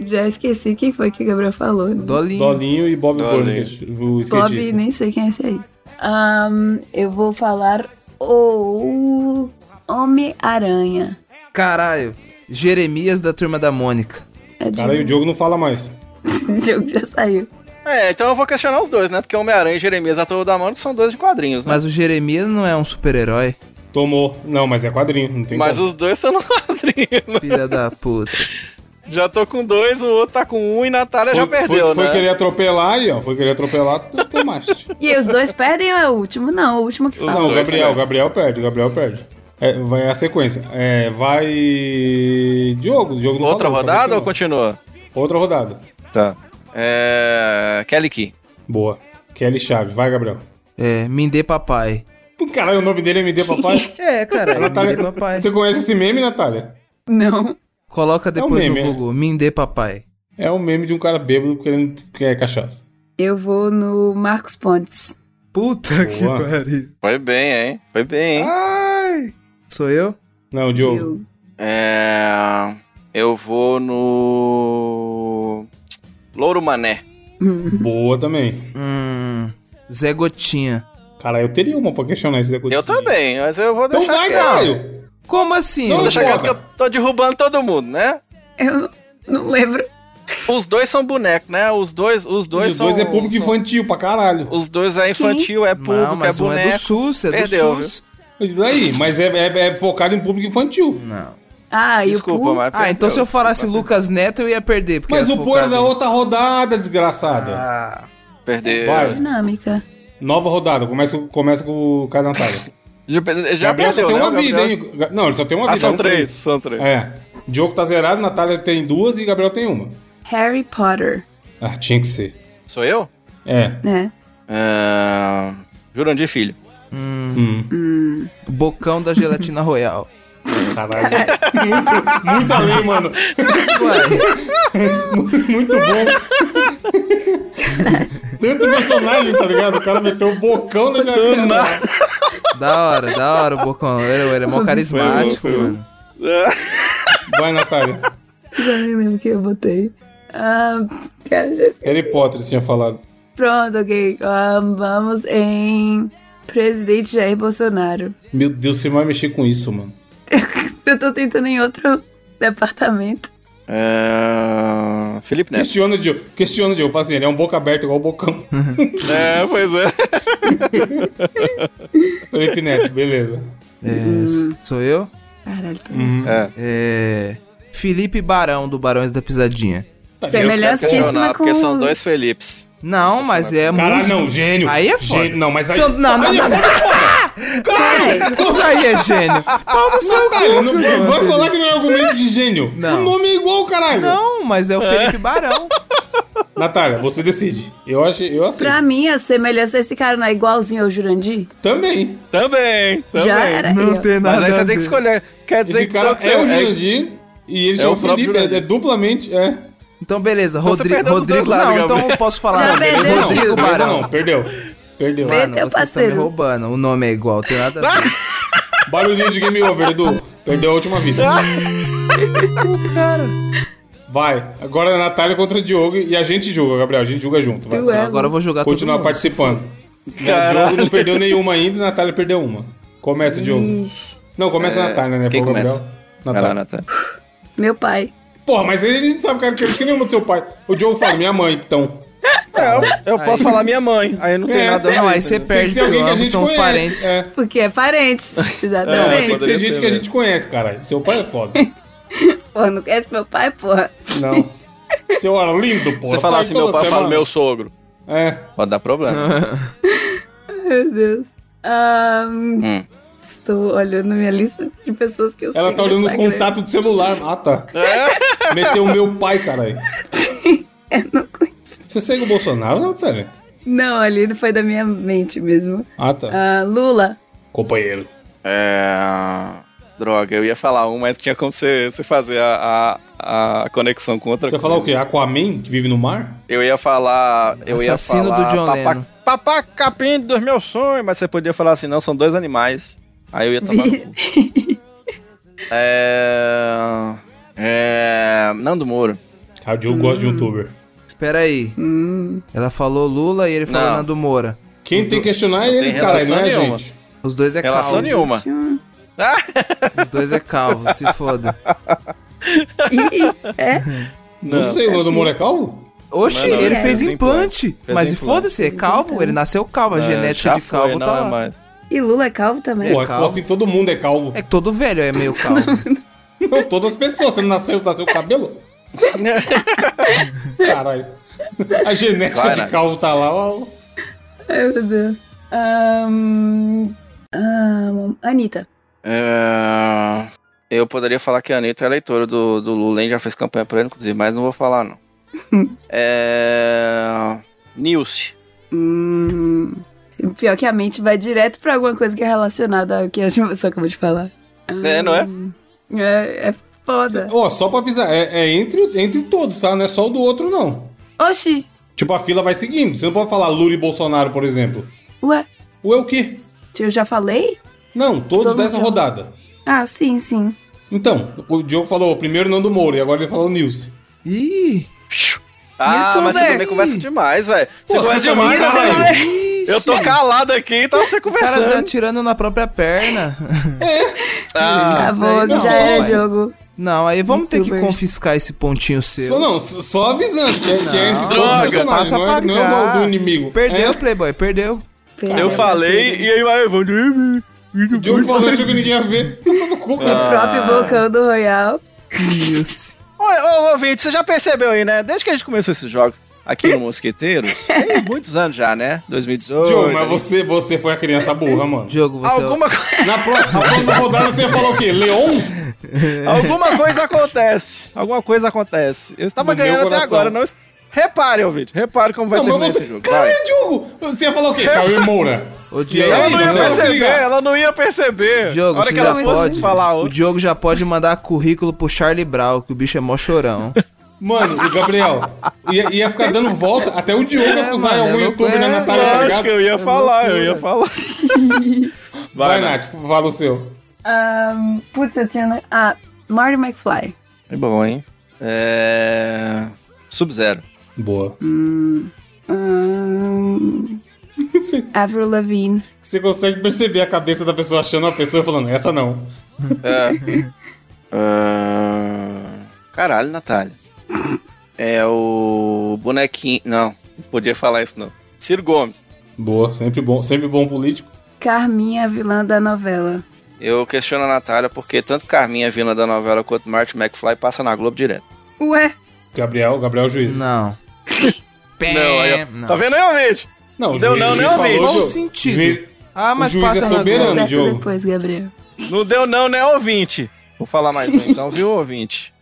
Speaker 3: Já esqueci quem foi que o Gabriel falou. né?
Speaker 4: Dolinho.
Speaker 2: Dolinho e Bob
Speaker 5: Dolinho.
Speaker 2: Burnick, o skatista.
Speaker 3: Bob, nem sei quem é esse aí. Ahn, eu vou falar o Homem-Aranha.
Speaker 4: Caralho. Jeremias da turma da Mônica.
Speaker 3: É de-
Speaker 2: Caralho, o Diogo não fala mais.
Speaker 3: o jogo já saiu.
Speaker 5: É, então eu vou questionar os dois, né? Porque Homem-Aranha e Jeremias a Torre da Mano são dois de quadrinhos, né?
Speaker 4: Mas o Jeremias não é um super-herói.
Speaker 2: Tomou. Não, mas é quadrinho, não tem
Speaker 5: Mas
Speaker 2: como.
Speaker 5: os dois são no quadrinho. né?
Speaker 4: Filha da puta.
Speaker 5: Já tô com dois, o outro tá com um e Natália já
Speaker 2: Foi-
Speaker 5: perdeu,
Speaker 2: foi, foi
Speaker 5: né?
Speaker 2: querer atropelar aí, ó. Foi querer atropelar, tu tomaste.
Speaker 3: E aí, os dois perdem ou é o último? Não, o último que
Speaker 5: Os
Speaker 2: Não,
Speaker 3: fala.
Speaker 2: o
Speaker 5: dois,
Speaker 2: Gabriel,
Speaker 5: né?
Speaker 2: o Gabriel perde, o Gabriel perde. É, vai a sequência. É, vai. Diogo, Diogo não
Speaker 5: Outra
Speaker 2: falou, só
Speaker 5: rodada ou
Speaker 2: continua.
Speaker 5: continua?
Speaker 2: Outra rodada.
Speaker 5: Tá. É. Kelly Key.
Speaker 2: Boa. Kelly Chave, vai, Gabriel.
Speaker 4: É, Mindê Papai.
Speaker 2: Caralho, o nome dele é MD Papai.
Speaker 4: É, cara.
Speaker 2: Natália,
Speaker 4: Mindê Papai.
Speaker 2: você conhece esse meme, Natália?
Speaker 3: Não.
Speaker 4: Coloca depois
Speaker 2: meme, é.
Speaker 4: no Google. Mindê Papai.
Speaker 2: É um meme de um cara bêbado querendo que é cachaça.
Speaker 3: Eu vou no Marcos Pontes.
Speaker 4: Puta que
Speaker 2: Boa.
Speaker 4: pariu.
Speaker 5: Foi bem, hein? Foi bem, hein?
Speaker 4: Ai. Sou eu?
Speaker 2: Não, Diogo.
Speaker 3: Diogo.
Speaker 5: É. Eu vou no. Louro Mané.
Speaker 2: Boa também.
Speaker 4: Hum. Zé Gotinha.
Speaker 2: Cara, eu teria uma pra questionar esse Zé Coutinho.
Speaker 5: Eu também, mas eu vou
Speaker 2: Então
Speaker 5: deixar.
Speaker 2: vai,
Speaker 5: quieto.
Speaker 2: caralho!
Speaker 4: Como assim?
Speaker 2: Não,
Speaker 5: Vou
Speaker 4: ô
Speaker 5: deixar
Speaker 2: Foda.
Speaker 5: quieto que eu tô derrubando todo mundo, né?
Speaker 3: Eu não lembro.
Speaker 5: Os dois são boneco, né? Os dois, os
Speaker 2: E
Speaker 5: dois
Speaker 2: os
Speaker 5: são.
Speaker 2: dois é público
Speaker 5: são-
Speaker 2: infantil pra caralho.
Speaker 5: Os dois é infantil, é público,
Speaker 4: Não, mas
Speaker 5: é
Speaker 4: um é
Speaker 5: boneco.
Speaker 4: do SUS, é
Speaker 5: Perdeu,
Speaker 4: do SUS.
Speaker 2: Mas Daí, mas é, é- é focado em público infantil.
Speaker 4: Não.
Speaker 3: Ah, e o
Speaker 5: Desculpa,
Speaker 3: cu?
Speaker 5: mas.
Speaker 4: Ah, então se eu falasse Lucas Neto, eu ia perder. Porque
Speaker 2: Mas
Speaker 4: era
Speaker 2: o pôr é
Speaker 4: focado
Speaker 2: da
Speaker 4: em-
Speaker 2: outra rodada, desgraçada.
Speaker 4: Ah,
Speaker 5: Perdeu.
Speaker 2: Vai.
Speaker 3: Dinâmica.
Speaker 2: Nova rodada, começa, com- começa com o Caio Natália.
Speaker 5: Já, per- já
Speaker 2: Gabriel
Speaker 5: perdeu,
Speaker 2: só tem
Speaker 5: né,
Speaker 2: uma
Speaker 5: o Gabriel?
Speaker 2: vida, hein? Ga- Não, ele só tem uma
Speaker 5: Ah,
Speaker 2: vida.
Speaker 5: são
Speaker 2: um
Speaker 5: três, são três.
Speaker 2: É. Diogo tá zerado, Natália tem duas e Gabriel tem uma.
Speaker 3: Harry Potter,
Speaker 2: Ah, tinha que ser.
Speaker 5: Sou eu?
Speaker 2: É.
Speaker 3: né?
Speaker 5: Ah, Jurandir Filho.
Speaker 2: Hum.
Speaker 4: bocão da gelatina royal.
Speaker 2: Caralho. muito, muito além, mano.
Speaker 4: Ué,
Speaker 2: Muito bom. Tanto personagem, tá ligado? O cara meteu o bocão da gelatina.
Speaker 4: da hora, da hora o bocão. Ele, ele é mó carismático,
Speaker 2: Foi, foi.
Speaker 4: mano.
Speaker 2: Vai, Natália.
Speaker 3: Já nem lembro o que eu botei. Ah, cara, já esqueci.
Speaker 2: Harry Potter tinha falado.
Speaker 3: Pronto, ok. Ah, vamos em presidente Jair Bolsonaro.
Speaker 2: Meu Deus, você vai mexer com isso, mano.
Speaker 3: Eu tô tentando em outro departamento.
Speaker 5: Ah, Felipe Neto.
Speaker 2: Questiona o Diogo. Questiona o Diogo. Fala assim, ele é um boca aberta igual o bocão.
Speaker 5: é, pois é.
Speaker 2: Felipe Neto, beleza.
Speaker 4: É, sou eu?
Speaker 3: Caralho, tô...
Speaker 5: É.
Speaker 4: É. Felipe Barão, do Barões da Pisadinha.
Speaker 3: Você é melhor
Speaker 5: Questionar,
Speaker 3: cisma com...
Speaker 5: porque são dois Felipes.
Speaker 4: Não, mas é
Speaker 2: Caralho,
Speaker 4: música.
Speaker 2: não, gênio.
Speaker 4: Aí é foda.
Speaker 2: Gênio, não, mas aí...
Speaker 4: Seu- não, não,
Speaker 2: aí
Speaker 4: não,
Speaker 2: é foda.
Speaker 3: Caralho,
Speaker 4: Isso aí é gênio. Pau no seu
Speaker 2: Caralho,
Speaker 4: cu,
Speaker 2: não,
Speaker 4: mano.
Speaker 2: vai falar que não é argumento de gênio.
Speaker 4: Não.
Speaker 2: O nome é igual, caralho.
Speaker 4: Não, mas é o Felipe Barão.
Speaker 2: Natália, você decide. Eu acho, eu aceito.
Speaker 3: pra mim, a semelhança esse cara não é igualzinho ao Jurandir?
Speaker 2: Também.
Speaker 5: Também, também.
Speaker 3: Já era.
Speaker 4: Não
Speaker 3: eu.
Speaker 4: tem nada.
Speaker 5: Mas aí
Speaker 4: a
Speaker 5: você tem que
Speaker 4: ver.
Speaker 5: escolher. Quer dizer
Speaker 2: Esse
Speaker 5: que
Speaker 2: cara
Speaker 5: então,
Speaker 2: é o
Speaker 5: você-
Speaker 2: Gilandi e ele
Speaker 5: é
Speaker 2: é o
Speaker 5: o próprio
Speaker 2: Felipe, é,
Speaker 5: Jurandir.
Speaker 2: é duplamente... É.
Speaker 4: Então, beleza.
Speaker 5: você
Speaker 4: Rodrigo.
Speaker 5: perdeu dos dois
Speaker 4: Rodrigo.
Speaker 5: lados,
Speaker 4: Não, então
Speaker 5: Gabriel.
Speaker 4: eu posso falar.
Speaker 3: Já
Speaker 4: não.
Speaker 3: perdeu,
Speaker 2: Beleza,
Speaker 3: Rodrigo
Speaker 2: não,
Speaker 4: Rodrigo
Speaker 2: beleza
Speaker 4: Barão.
Speaker 2: não, perdeu. Perdeu.
Speaker 3: Perdeu.
Speaker 4: Mano, vocês estão me
Speaker 3: parceiro.
Speaker 4: roubando. O nome é igual, tem nada a ver.
Speaker 2: Barulhinho de game over, Edu. Perdeu a última vida.
Speaker 4: Cara.
Speaker 2: Vai. Agora a Natália contra o Diogo e a gente julga, Gabriel. A gente julga junto. Vai.
Speaker 3: Duelo.
Speaker 4: Agora eu vou jogar
Speaker 2: Continua
Speaker 4: todo mundo.
Speaker 2: participando. O
Speaker 5: Caralho.
Speaker 2: Diogo não perdeu nenhuma ainda, a Natália perdeu uma. Começa, Diogo.
Speaker 3: Ixi,
Speaker 2: Não, começa a Natália, né?
Speaker 5: É, quem
Speaker 2: Pô,
Speaker 5: começa?
Speaker 2: Gabriel.
Speaker 5: Vai lá,
Speaker 2: Natália.
Speaker 5: Natália.
Speaker 3: meu pai.
Speaker 2: Porra, mas aí a gente sabe, cara, que que nenhuma do seu pai. O Diogo fala, minha mãe, então.
Speaker 5: Eu posso falar minha mãe, aí não tem
Speaker 2: É,
Speaker 5: nada. a
Speaker 4: Não,
Speaker 5: ver,
Speaker 4: aí você
Speaker 2: Tem que
Speaker 5: entendeu?
Speaker 4: perde,
Speaker 2: ser
Speaker 4: porque
Speaker 2: alguém que a
Speaker 4: ambos
Speaker 2: gente
Speaker 4: são os
Speaker 2: conhece.
Speaker 4: parentes.
Speaker 2: É.
Speaker 3: Porque é parentes.
Speaker 2: Não, mas tem
Speaker 3: Exatamente.
Speaker 2: que ser
Speaker 5: poderia
Speaker 2: gente
Speaker 5: ser
Speaker 2: que a
Speaker 5: mesmo.
Speaker 2: gente conhece, cara. Seu pai é foda.
Speaker 3: Porra, não conhece meu pai, porra.
Speaker 2: Não. Seu Arlindo, pô.
Speaker 5: Você fala assim, meu pai fala meu sogro.
Speaker 2: É.
Speaker 5: Pode dar problema.
Speaker 3: Meu Deus. Ahn,
Speaker 5: Hum.
Speaker 3: Estou olhando minha lista de pessoas que eu
Speaker 2: Ela
Speaker 3: sei
Speaker 2: tá
Speaker 3: no
Speaker 2: olhando os
Speaker 3: Instagram.
Speaker 2: contatos do celular. Ah, tá.
Speaker 5: É.
Speaker 2: Meteu meu pai, caralho.
Speaker 3: Eu não conheço.
Speaker 2: Você segue o Bolsonaro, Natália?
Speaker 3: Não, ali não foi da minha mente mesmo.
Speaker 2: Ah, tá.
Speaker 3: Ah, Lula.
Speaker 2: Companheiro.
Speaker 5: É, Droga, eu ia falar um, mas tinha como você, você fazer a, a, a conexão com outra
Speaker 2: Você vai falar o quê? Aquaman, que vive no mar?
Speaker 5: Eu ia falar. Eu
Speaker 4: Assassino
Speaker 5: ia falar,
Speaker 4: do John
Speaker 5: papá,
Speaker 4: Lennon."
Speaker 5: Papá capim dos meus sonhos, mas você podia falar assim, não, são dois animais. Aí eu ia tomar. no cu. é. É. Nando Moro.
Speaker 2: Cara, o Diogo gosta de youtuber.
Speaker 4: Espera aí.
Speaker 3: Hum,
Speaker 4: Ela falou Lula e ele falou
Speaker 5: Não.
Speaker 4: Nando Moura.
Speaker 2: Quem tem que questionar é
Speaker 5: tem
Speaker 2: eles, caralho, não é a
Speaker 5: relação nenhuma.
Speaker 2: gente.
Speaker 4: Os dois é
Speaker 5: Relação
Speaker 4: calvo.
Speaker 5: nenhuma.
Speaker 4: Os dois é calvo, se foda.
Speaker 3: Ih, é?
Speaker 2: Não, sei, o Nando Moura é calvo?
Speaker 4: Oxi,
Speaker 5: Não, não,
Speaker 4: ele
Speaker 3: é,
Speaker 4: fez
Speaker 5: fez
Speaker 4: implante.
Speaker 5: Fez
Speaker 4: mas
Speaker 5: implante.
Speaker 4: foda-se, é calvo, ele nasceu calvo. A
Speaker 5: É,
Speaker 4: genética
Speaker 5: já
Speaker 4: de
Speaker 5: foi,
Speaker 4: calvo
Speaker 5: não
Speaker 4: tá
Speaker 5: é
Speaker 4: lá.
Speaker 5: mais.
Speaker 3: E Lula é calvo também?
Speaker 2: Pô, se
Speaker 4: calvo.
Speaker 2: fosse assim, todo mundo é calvo.
Speaker 4: É que todo velho é meio calvo.
Speaker 2: Não, todas as pessoas. Você não nasceu, nasceu o cabelo? Caralho. A genética
Speaker 5: Vai,
Speaker 2: de
Speaker 5: Nath.
Speaker 2: calvo tá lá. ó.
Speaker 3: Ai, meu Deus. Ahn, ahn, Anitta.
Speaker 5: É, Eu poderia falar que a Anitta é leitora do, do Lula, hein? Já fez campanha pra ele, inclusive, mas não vou falar, não. é... Nilce.
Speaker 3: Hum, pior que a mente vai direto pra alguma coisa que é relacionada ao que a última pessoa acabou de falar.
Speaker 5: É,
Speaker 2: Hum.
Speaker 5: não é?
Speaker 3: É, é foda.
Speaker 2: Ó, só pra avisar, é, é entre, entre todos, tá? Não é só o do outro, não.
Speaker 3: Oxi,
Speaker 2: Tipo, a fila vai seguindo. Você não pode falar Lula e Bolsonaro, por exemplo.
Speaker 3: ué,
Speaker 2: Ou é o quê?
Speaker 3: eu já falei?
Speaker 2: Não, todos
Speaker 3: Todo
Speaker 2: dessa
Speaker 3: mundo.
Speaker 2: rodada.
Speaker 3: Ah, sim, sim.
Speaker 2: Então, o Diogo falou primeiro Nando Moura e agora ele falou Nilce.
Speaker 4: Ih,
Speaker 5: Ah, mas você
Speaker 3: Youtuber.
Speaker 5: também conversa demais, velho. Você
Speaker 2: Pô,
Speaker 5: conversa
Speaker 2: você é tá né, também,
Speaker 5: demais, né,
Speaker 2: caralho.
Speaker 5: velho.
Speaker 4: ixi.
Speaker 5: Eu tô calado aqui, então você
Speaker 4: O cara tá
Speaker 5: conversando.
Speaker 4: tirando na própria perna.
Speaker 5: Ah,
Speaker 3: Acabou,
Speaker 4: aí não,
Speaker 3: Tá já era
Speaker 4: vai.
Speaker 3: jogo.
Speaker 4: Não, aí vamos ter que
Speaker 3: Youtubers.
Speaker 4: confiscar esse pontinho seu.
Speaker 2: Só não, só- só avisando que é, que é entre todos os
Speaker 5: Droga,
Speaker 2: personagens,
Speaker 4: passa pra cá.
Speaker 2: não é, não é do inimigo.
Speaker 4: Perdeu,
Speaker 2: É,
Speaker 4: Playboy, perdeu.
Speaker 3: Perdeu
Speaker 5: Eu
Speaker 3: pra
Speaker 5: falei
Speaker 3: cima.
Speaker 5: e aí vai. vamos-
Speaker 2: É, o Diogo falou, achou que ninguém ia ver. Toma no cu,
Speaker 3: O
Speaker 2: cara.
Speaker 3: próprio vulcão do Royal.
Speaker 4: Isso.
Speaker 5: Ô, ô, ouvinte, você já percebeu aí, né? Desde que a gente começou esses jogos aqui no Mosqueteiros, tem muitos anos já, né? 2018.
Speaker 2: Diogo, mas você, você foi a criança burra, mano.
Speaker 4: Diogo, você. é o-
Speaker 5: Alguma, co-
Speaker 2: Na pró- na próxima rodada você ia falar o quê? Leon?
Speaker 5: alguma coisa acontece. Alguma coisa acontece. Eu estava
Speaker 2: No meu
Speaker 5: ganhando até
Speaker 2: coração.
Speaker 5: agora. Não... es- Repare, ouvinte. Repare como vai
Speaker 2: Não,
Speaker 5: terminar
Speaker 2: mas
Speaker 5: esse
Speaker 2: você.
Speaker 5: jogo. Vai.
Speaker 2: Caralho, Diogo! Você ia falar o quê? Cauê Moura.
Speaker 4: Ô,
Speaker 2: E
Speaker 4: Diogo,
Speaker 2: aí,
Speaker 5: Ela não ia
Speaker 2: Diogo, se
Speaker 5: perceber,
Speaker 2: liga.
Speaker 5: ela não ia perceber.
Speaker 4: Diogo,
Speaker 5: a hora
Speaker 4: você
Speaker 5: que
Speaker 4: já
Speaker 3: então,
Speaker 5: ela
Speaker 4: pode.
Speaker 5: fosse falar
Speaker 4: o
Speaker 5: outra.
Speaker 4: Diogo já pode mandar currículo pro Charlie Brown, que o bicho é mó chorão.
Speaker 2: Mano, o Gabriel ia, ia ficar dando volta até o Diogo acusar
Speaker 4: mano, é
Speaker 2: algum
Speaker 4: louco,
Speaker 2: youtuber
Speaker 4: é,
Speaker 2: na Natália, tá
Speaker 5: Lógico,
Speaker 2: ligado?
Speaker 5: eu ia falar, eu ia falar.
Speaker 2: Vai, Nath, fala o seu.
Speaker 3: Ahn, putz, eu tinha. no- Ah, Marty McFly.
Speaker 5: É bom, hein? É... Sub-Zero.
Speaker 2: Boa.
Speaker 3: Ahn, Avril Lavigne.
Speaker 2: Você consegue perceber a cabeça da pessoa achando uma pessoa e falando, essa não.
Speaker 5: É. Ah, Caralho, Natália. É o bonequinho... Não, não podia falar isso não. Ciro Gomes.
Speaker 2: Boa, sempre bom, sempre bom político.
Speaker 3: Carminha, a vilã da novela.
Speaker 5: Eu questiono a Natália porque tanto Carminha, vilã da novela, quanto Martin McFly passa na Globo direto.
Speaker 3: Ué,
Speaker 2: Gabriel, Gabriel Juiz.
Speaker 4: Não. Pem,
Speaker 5: aí, ó.
Speaker 4: É, não.
Speaker 5: Tá vendo aí, ouvinte?
Speaker 2: Não, o
Speaker 5: Deu não, nem
Speaker 2: falou,
Speaker 5: ouvi.
Speaker 2: Diogo.
Speaker 4: Qual o um sentido?
Speaker 2: Juiz-
Speaker 4: Ah, mas
Speaker 2: o juiz
Speaker 4: passa
Speaker 2: é
Speaker 4: na
Speaker 2: soberano,
Speaker 4: Globo.
Speaker 3: certo
Speaker 2: Diogo.
Speaker 3: depois, Gabriel.
Speaker 5: Não deu não, né, ouvinte? Vou falar mais um então, viu, ouvinte?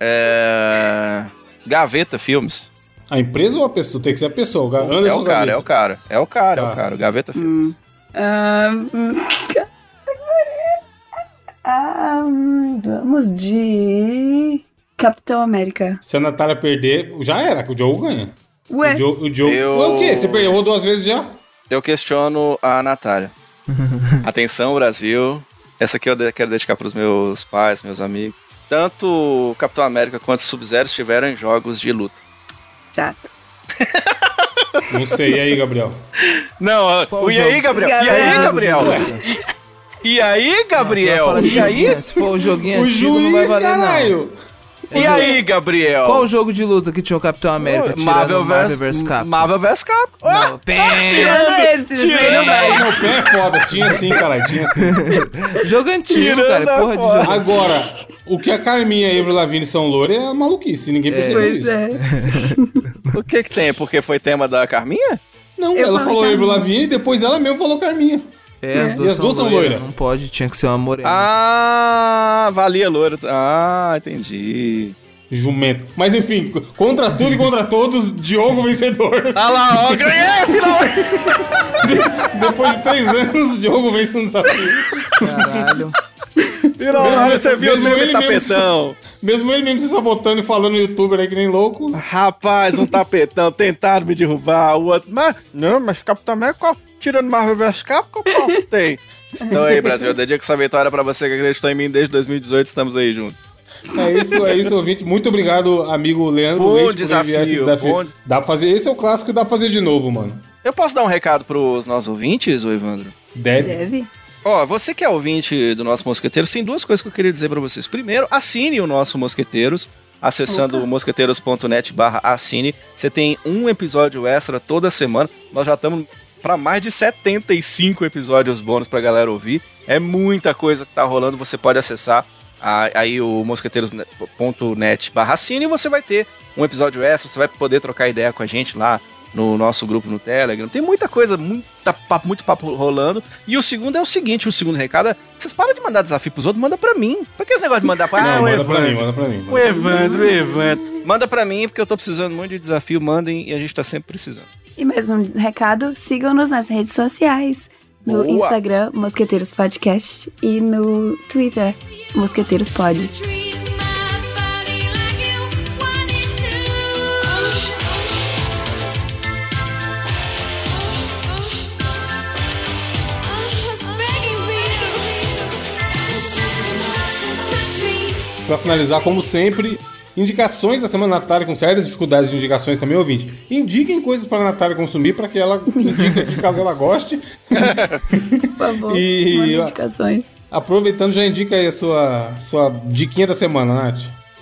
Speaker 5: É... Gaveta Filmes.
Speaker 2: A empresa ou a pessoa? Tem que ser a pessoa. o Ga-
Speaker 5: É
Speaker 2: Anderson
Speaker 5: o cara, é
Speaker 2: Gabriel.
Speaker 5: o cara. É o cara, é
Speaker 2: Tá.
Speaker 5: o cara. Gaveta Filmes.
Speaker 3: Ahn, Ahn, vamos de. Capitão América.
Speaker 2: Se a Natália perder, já era, que o Diogo ganha.
Speaker 3: Ué,
Speaker 2: O Diogo... O, Diogo...
Speaker 5: Eu-
Speaker 2: Ué, o quê? Você perdeu duas vezes já?
Speaker 5: Eu questiono a Natália. Atenção, Brasil. Essa aqui eu de- quero dedicar pros meus pais, meus amigos. Tanto o Capitão América quanto o Sub-Zero estiveram em jogos de luta.
Speaker 3: chato.
Speaker 2: Não sei, e aí, Gabriel?
Speaker 5: Não, ah,
Speaker 4: o
Speaker 5: e aí, Gabriel? E aí, Gabriel? E aí, Gabriel?
Speaker 4: Fala de
Speaker 5: E aí?
Speaker 4: joguinho, Se for o joguinho
Speaker 2: o
Speaker 4: antigo, não vai
Speaker 2: juiz,
Speaker 4: valer não.
Speaker 2: caralho!
Speaker 5: E aí, Gabriel?
Speaker 4: Qual o jogo de luta que tinha o Capitão América? tirando
Speaker 5: Marvel
Speaker 4: o Marvel
Speaker 5: vs
Speaker 4: vs Capcom.
Speaker 5: Marvel vs Capcom. Ah,
Speaker 4: Não, pem.
Speaker 3: Tirando esse,
Speaker 5: tirando-
Speaker 3: tirando
Speaker 2: Aí meu pé é foda, tinha sim, caralho, tinha sim.
Speaker 4: Jogo antigo,
Speaker 5: Tirando
Speaker 4: cara.
Speaker 5: a
Speaker 4: Porra de
Speaker 5: foto.
Speaker 4: jogo.
Speaker 2: Agora, o que a Carminha e a Avril Lavigne são loura é maluquice, ninguém percebeu
Speaker 3: Pois
Speaker 2: isso.
Speaker 3: é.
Speaker 5: O que que tem? Porque foi tema da Carminha?
Speaker 2: Não,
Speaker 3: Eu
Speaker 2: ela
Speaker 3: falei
Speaker 2: falou Avril
Speaker 3: Carminha.
Speaker 2: Lavigne e depois ela mesma falou Carminha.
Speaker 4: É, as
Speaker 2: E
Speaker 4: duas,
Speaker 2: as duas
Speaker 4: são
Speaker 2: são
Speaker 4: loiras.
Speaker 2: loira.
Speaker 4: Não pode, tinha que ser uma morena.
Speaker 5: Ah, valia loira. Ah, entendi.
Speaker 2: Jumento. Mas enfim, c- contra tudo e contra todos, Diogo vencedor.
Speaker 5: Ah lá, ó, ganhei, finalmente.
Speaker 2: Depois de três anos, Diogo vence um desafio.
Speaker 4: Caralho.
Speaker 5: Finalmente, você viu o
Speaker 2: Mesmo
Speaker 5: meu
Speaker 2: ele mesmo se-
Speaker 5: tapetão.
Speaker 2: Mesmo ele mesmo se sabotando e falando youtuber aí que nem louco.
Speaker 5: Rapaz, um tapetão, tentaram me derrubar, o outro... Mas, não, mas Capitão América, tirando Marvel vs Capcom, pô, tem. Então aí, Brasil, eu dedico essa vitória pra você que acreditou em mim desde 2018, estamos aí juntos.
Speaker 2: É isso, é isso, ouvinte. Muito obrigado, amigo Leandro
Speaker 5: Bom
Speaker 2: Leite, por
Speaker 5: desafio,
Speaker 2: enviar esse desafio.
Speaker 5: bom-
Speaker 2: Dá pra fazer. Esse é o clássico que dá pra fazer de novo, mano.
Speaker 5: Eu posso dar um recado pros nossos ouvintes, ô Evandro?
Speaker 2: Deve.
Speaker 3: é. Deve?
Speaker 5: Ó, você que é ouvinte do nosso Mosqueteiros, tem duas coisas que eu queria dizer pra vocês. Primeiro, assine o nosso Mosqueteiros, acessando mosqueteiros.net barra assine. Você tem um episódio extra toda semana. Nós já estamos pra mais de 75 episódios bônus pra galera ouvir. É muita coisa que tá rolando, você pode acessar a- aí o mosqueteiros.net barra assine e você vai ter um episódio extra, você vai poder trocar ideia com a gente lá no nosso grupo no Telegram. Tem muita coisa, muita papo, muito papo rolando. E o segundo é o seguinte, o segundo recado é, vocês param de mandar desafio pros outros, manda pra mim. Pra que esse negócio de mandar pra...
Speaker 2: Não,
Speaker 5: o
Speaker 2: manda pra mim,
Speaker 5: Evandro.
Speaker 2: manda pra mim.
Speaker 5: O Evandro, o Evandro. Manda pra mim, porque eu tô precisando muito de desafio, mandem e a gente tá sempre precisando.
Speaker 3: E mais um recado, sigam-nos nas redes sociais. No
Speaker 5: Boa.
Speaker 3: Instagram, Mosqueteiros Podcast. E no Twitter, Mosqueteiros Pod.
Speaker 6: Treat my body like you wanted to. I was begging you. It's just enough to touch me.
Speaker 2: Pra finalizar, como sempre, indicações da semana Natália, com sérias dificuldades de indicações também, ouvinte. Indiquem coisas pra Natália consumir, pra que ela indique aqui caso ela goste.
Speaker 3: Por favor,
Speaker 2: E-
Speaker 3: mandem indicações.
Speaker 2: Aproveitando, já indica aí a sua, sua diquinha da semana, Nath.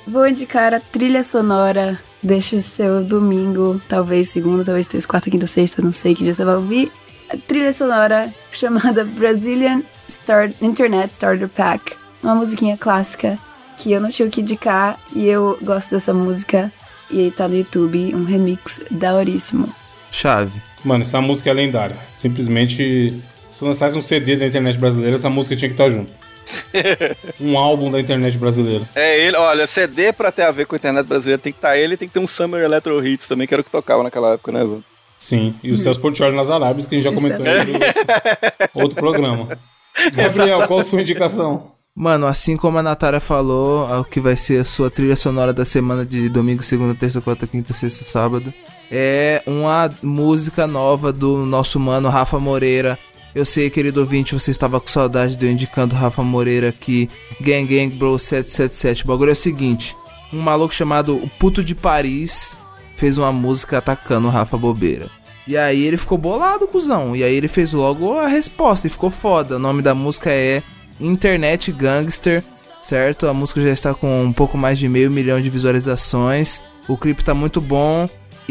Speaker 3: Vou indicar a trilha sonora. Deixa o seu domingo, talvez segunda, talvez terça, quarta, quinta, sexta, não sei que dia você vai ouvir. A trilha sonora chamada Brazilian Star Internet Starter Pack. Uma musiquinha clássica que eu não tinha o que indicar e eu gosto dessa música. E aí tá no YouTube, um remix daoríssimo.
Speaker 4: Chave.
Speaker 2: Mano, essa música é lendária. Simplesmente, se lançasse um CD da internet brasileira, essa música tinha que estar junto. um álbum da internet brasileira.
Speaker 5: É ele, olha, CD pra ter a ver com a internet brasileira tem que estar ele e tem que ter um Summer Electro Hits também, que era o que tocava naquela época, né, Evandro?
Speaker 2: Sim, e o Celso Portiolli nas Arábias, que a gente já
Speaker 3: Isso
Speaker 2: comentou
Speaker 3: é-
Speaker 2: em outro- outro programa. Gabriel, qual a sua indicação?
Speaker 4: Mano, assim como a Natália falou, o que vai ser a sua trilha sonora da semana de domingo, segunda, terça, quarta, quinta, sexta, sábado, é uma música nova do nosso mano Rafa Moreira. Eu sei, querido ouvinte, você estava com saudade de eu indicando Rafa Moreira aqui, Gang Gang Bro 777. O bagulho é o seguinte, um maluco chamado o Puto de Paris fez uma música atacando o Rafa Bobeira. E aí ele ficou bolado, cuzão. E aí ele fez logo a resposta e ficou foda. O nome da música é Internet Gangster, certo? A música já está com um pouco mais de meio milhão de visualizações. O clipe tá muito bom.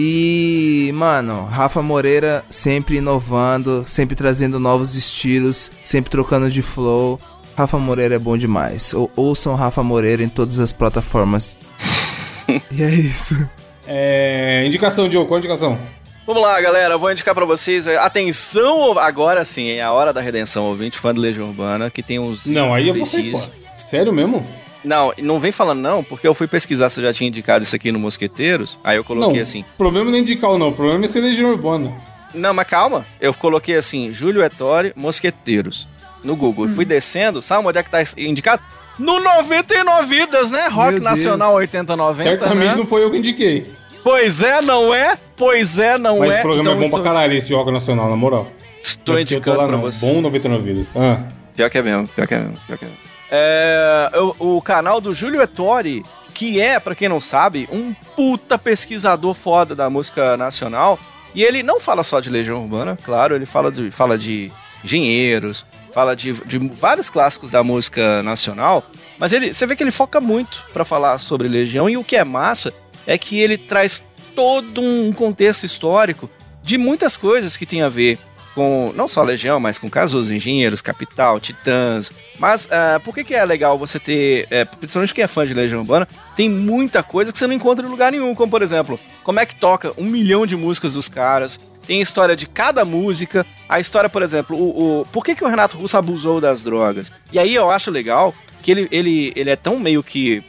Speaker 4: E, mano, Rafa Moreira sempre inovando, sempre trazendo novos estilos, sempre trocando de flow. Rafa Moreira é bom demais. Ou- ouçam Rafa Moreira em todas as plataformas. e é isso.
Speaker 2: É, indicação, Diogo, qual a indicação?
Speaker 5: Vamos lá, galera, eu vou indicar pra vocês. é, Atenção, ou- agora sim, é a hora da redenção, ouvinte, fã de Legião Urbana, que tem uns.
Speaker 2: Não, aí eu vou sair
Speaker 5: imbecis.
Speaker 2: fora. Sério mesmo?
Speaker 5: Não, não vem falando não, porque eu fui pesquisar se eu já tinha indicado isso aqui no Mosqueteiros. Aí eu coloquei
Speaker 2: não,
Speaker 5: assim.
Speaker 2: o problema não é indicar ou não, o problema é ser legião urbana.
Speaker 5: Não, mas calma. Eu coloquei assim, Júlio Ettore, Mosqueteiros. No Google.
Speaker 2: Uhum.
Speaker 5: Fui descendo, sabe onde é que tá indicado? No 99 Vidas, né? Rock
Speaker 4: Deus.
Speaker 5: Nacional 80-90.
Speaker 2: Certamente
Speaker 5: né?
Speaker 2: não foi eu que indiquei.
Speaker 5: Pois é, não é? Pois é, não é.
Speaker 2: Mas esse programa
Speaker 5: Então,
Speaker 2: é bom pra caralho, esse jogo nacional, na moral.
Speaker 5: Estou
Speaker 2: Eu- eu tô
Speaker 5: indicando
Speaker 2: lá,
Speaker 5: pra
Speaker 2: não.
Speaker 5: você.
Speaker 2: Bom 99 vidas. Ah,
Speaker 5: Pior que é mesmo, pior que é mesmo, pior que é mesmo. É, eu- o canal do Júlio Ettore, que é, pra quem não sabe, um puta pesquisador foda da música nacional. E ele não fala só de Legião Urbana, claro, ele fala de, fala de engenheiros, fala de, de vários clássicos da música nacional. Mas ele, você vê que ele foca muito pra falar sobre Legião. E o que é massa é que ele traz todo um contexto histórico de muitas coisas que tem a ver com não só Legião, mas com Cazuza, Engenheiros, Capital, Titãs. Mas ah, por que, que é legal você ter, eh, principalmente quem é fã de Legião Urbana, tem muita coisa que você não encontra em lugar nenhum, como por exemplo, como é que toca um milhão de músicas dos caras, tem a história de cada música, a história, por exemplo, o, o- por que, que o Renato Russo abusou das drogas. E aí eu acho legal que ele, ele, ele é tão meio que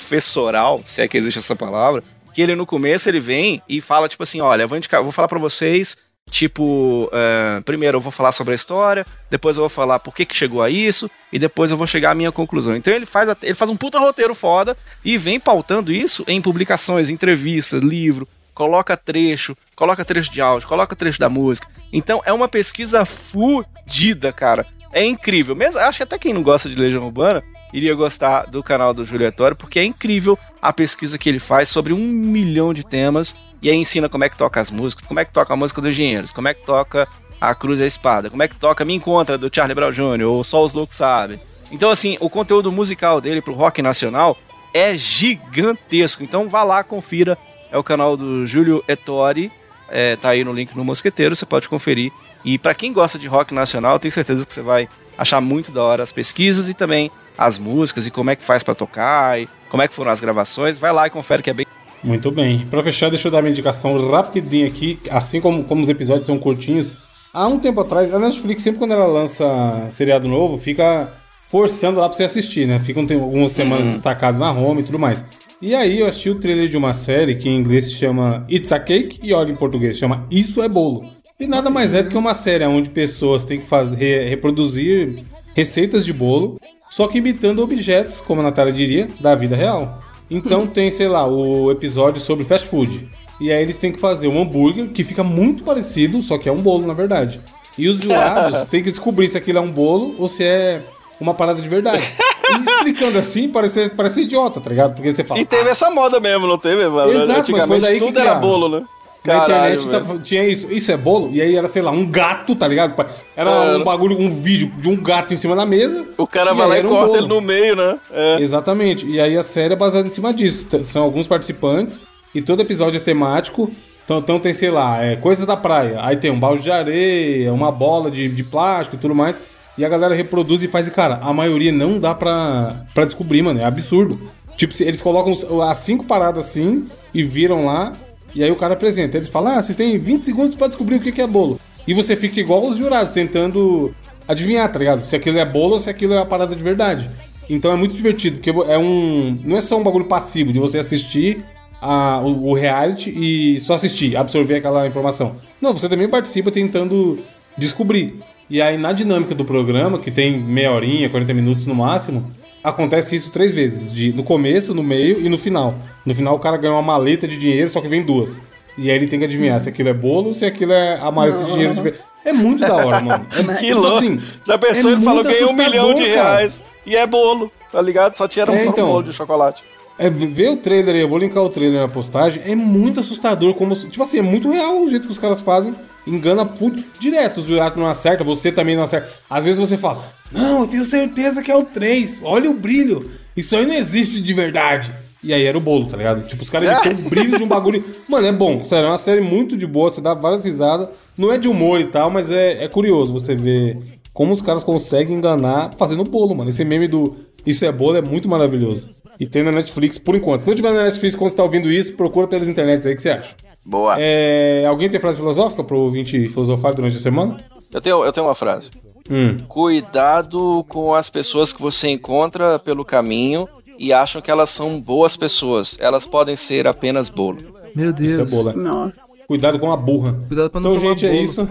Speaker 5: professoral, se é que existe essa palavra, que ele no começo ele vem e fala tipo assim, olha, eu vou indicar, eu vou falar pra vocês Tipo, é, primeiro eu vou falar sobre a história, depois eu vou falar por que, que chegou a isso, e depois eu vou chegar à minha conclusão. Então ele faz, até- ele faz um puta roteiro foda e vem pautando isso em publicações, entrevistas, livro, coloca trecho, coloca trecho de áudio, coloca trecho da música. Então é uma pesquisa fudida, cara. É incrível. Mesmo, acho que até quem não gosta de Legião Urbana iria gostar do canal do Júlio Ettore, porque é incrível a pesquisa que ele faz sobre um milhão de temas e aí ensina como é que toca as músicas, como é que toca a música dos engenheiros, como é que toca a Cruz e a Espada, como é que toca Me Encontra do Charlie Brown Jr., ou Só os Loucos Sabem. Então, assim, o conteúdo musical dele pro rock nacional é gigantesco. Então, vá lá, confira. É o canal do Júlio Ettore. É, tá aí no link no Mosqueteiro, você pode conferir. E pra quem gosta de rock nacional, tenho certeza que você vai achar muito da hora as pesquisas e também as músicas e como é que faz pra tocar e como é que foram as gravações. Vai lá e confere que é bem
Speaker 2: muito bem. Pra fechar, deixa eu dar minha indicação rapidinho aqui. Assim como, como os episódios são curtinhos, há um tempo atrás, a Netflix, sempre quando ela lança seriado novo, fica forçando lá pra você assistir, né? Ficam tem algumas semanas destacadas na home e tudo mais. E aí eu assisti o trailer de uma série que em inglês se chama It's a Cake e olha em português, chama Isso é Bolo. E nada mais é do que uma série onde pessoas têm que fazer, re- reproduzir receitas de bolo, só que imitando objetos, como a Natália diria, da vida real.
Speaker 5: Uhum.
Speaker 2: Então tem, sei lá, o episódio sobre fast food. E aí eles têm que fazer um hambúrguer que fica muito parecido, só que é um bolo, na verdade. E os jurados têm que descobrir se aquilo é um bolo ou se é uma parada de verdade. E explicando assim, parece, parece idiota, tá ligado? Porque você fala.
Speaker 5: E teve essa moda mesmo, não teve, mano?
Speaker 2: Exato, mas foi
Speaker 5: Antigamente
Speaker 2: daí que
Speaker 5: tudo era
Speaker 2: criaram.
Speaker 5: bolo, né?
Speaker 2: na
Speaker 5: Caralho,
Speaker 2: internet tá- tinha isso. Isso é bolo? E aí era, sei lá, um gato, tá ligado? pai? Era
Speaker 5: Cara.
Speaker 2: um bagulho, um vídeo de um gato em cima da mesa.
Speaker 5: O cara
Speaker 2: aí
Speaker 5: vai lá e
Speaker 2: era um
Speaker 5: corta
Speaker 2: bolo.
Speaker 5: ele no meio, né? É.
Speaker 2: Exatamente. E aí a série é baseada em cima disso. T- São alguns participantes e todo episódio é temático. Então, então tem, sei lá, é, coisas da praia. Aí tem um balde de areia, uma bola de, de plástico e tudo mais. E a galera reproduz e faz. E, cara, a maioria não dá pra, pra descobrir, mano. É absurdo. Tipo, se- eles colocam os- as cinco paradas assim e viram lá. E aí o cara apresenta. Eles falam, ah, vocês têm 20 segundos pra descobrir o que que é bolo. E você fica igual os jurados, tentando adivinhar, tá ligado? Se aquilo é bolo ou se aquilo é uma parada de verdade. Então é muito divertido, porque é um. Não é só um bagulho passivo de você assistir a, o, o reality e só assistir, absorver aquela informação. Não, você também participa tentando descobrir. E aí, na dinâmica do programa, que tem meia horinha, 40 minutos no máximo, acontece isso três vezes: de, no começo, no meio e no final. No final, o cara ganha uma maleta de dinheiro, só que vem duas. E aí ele tem que adivinhar se aquilo é bolo, se aquilo é a maleta de dinheiro. de ver- É muito da hora, mano. É,
Speaker 5: Que
Speaker 2: tipo
Speaker 5: louco.
Speaker 2: assim,
Speaker 5: Já pensou,
Speaker 2: é
Speaker 5: ele falou,
Speaker 2: muito
Speaker 5: ganhei um milhão de
Speaker 2: assustador, cara.
Speaker 5: reais. E é bolo, tá ligado? Só tiraram
Speaker 2: É,
Speaker 5: só
Speaker 2: então.
Speaker 5: um bolo de chocolate.
Speaker 2: É, ver o trailer aí, eu vou linkar o trailer na postagem, é muito assustador, como. Tipo assim, é muito real o jeito que os caras fazem. Engana puto, direto, os jurados não acertam, você também não acerta. Às vezes você fala, não, eu tenho certeza que é o 3, olha o brilho. Isso aí não existe de verdade. E aí era o bolo, tá ligado? Tipo, os caras imitam o brilho de um bagulho. Mano, é bom, sério, é uma série muito de boa, você dá várias risadas. Não é de humor e tal, mas é, é curioso você ver como os caras conseguem enganar fazendo bolo, mano. Esse meme do Isso é bolo é muito maravilhoso. E tem na Netflix por enquanto. Se não tiver na Netflix quando você tá ouvindo isso, procura pelas internets aí o que você acha.
Speaker 5: Boa.
Speaker 2: É, alguém tem frase filosófica pro ouvinte filosofar durante a semana?
Speaker 5: Eu, tenho, eu tenho uma frase.
Speaker 2: Hum.
Speaker 5: Cuidado com as pessoas que você encontra pelo caminho e acham que elas são boas pessoas. Elas podem ser apenas bolo.
Speaker 4: Meu Deus.
Speaker 2: Isso é bolo. né?
Speaker 3: Nossa.
Speaker 2: Cuidado com a burra.
Speaker 4: Cuidado pra não
Speaker 2: Então,
Speaker 4: tomar
Speaker 2: gente, é
Speaker 4: bolo.
Speaker 2: isso.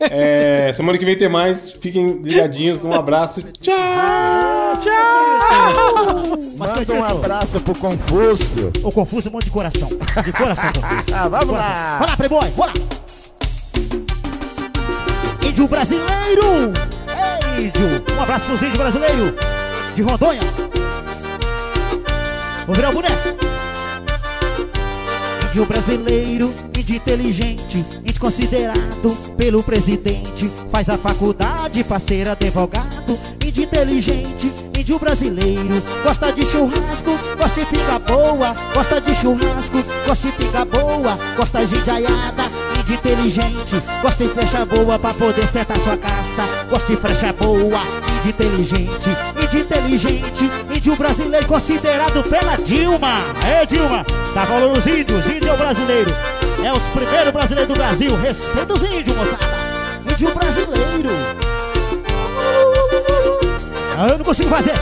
Speaker 2: É, semana que vem tem mais. Fiquem ligadinhos. Um abraço. Tchau!
Speaker 7: Manda um abraço pro Confúcio.
Speaker 8: O Confuso é um monte de coração. De coração, Confuso.
Speaker 7: Ah, vamos lá.
Speaker 8: Vai lá, Playboy, bora! Índio brasileiro! Ei, índio! Um abraço pros índios brasileiros! De Rondônia! Vou virar o boneco! Índio um brasileiro, índio inteligente, índio considerado pelo presidente. Faz a faculdade pra ser advogado, índio inteligente, índio brasileiro. Gosta de churrasco, gosta de pinga boa, gosta de churrasco, gosta de pinga boa, gosta de jaiada, índio inteligente. Gosta de flecha boa pra poder acertar sua caça, gosta de flecha boa, índio inteligente, índio inteligente, índio brasileiro considerado pela Dilma. É Dilma, dá valor aos índios, índio é o brasileiro. É os primeiros brasileiros do Brasil, respeita os índios, moçada. Índio é brasileiro. Ah, eu não consigo fazer.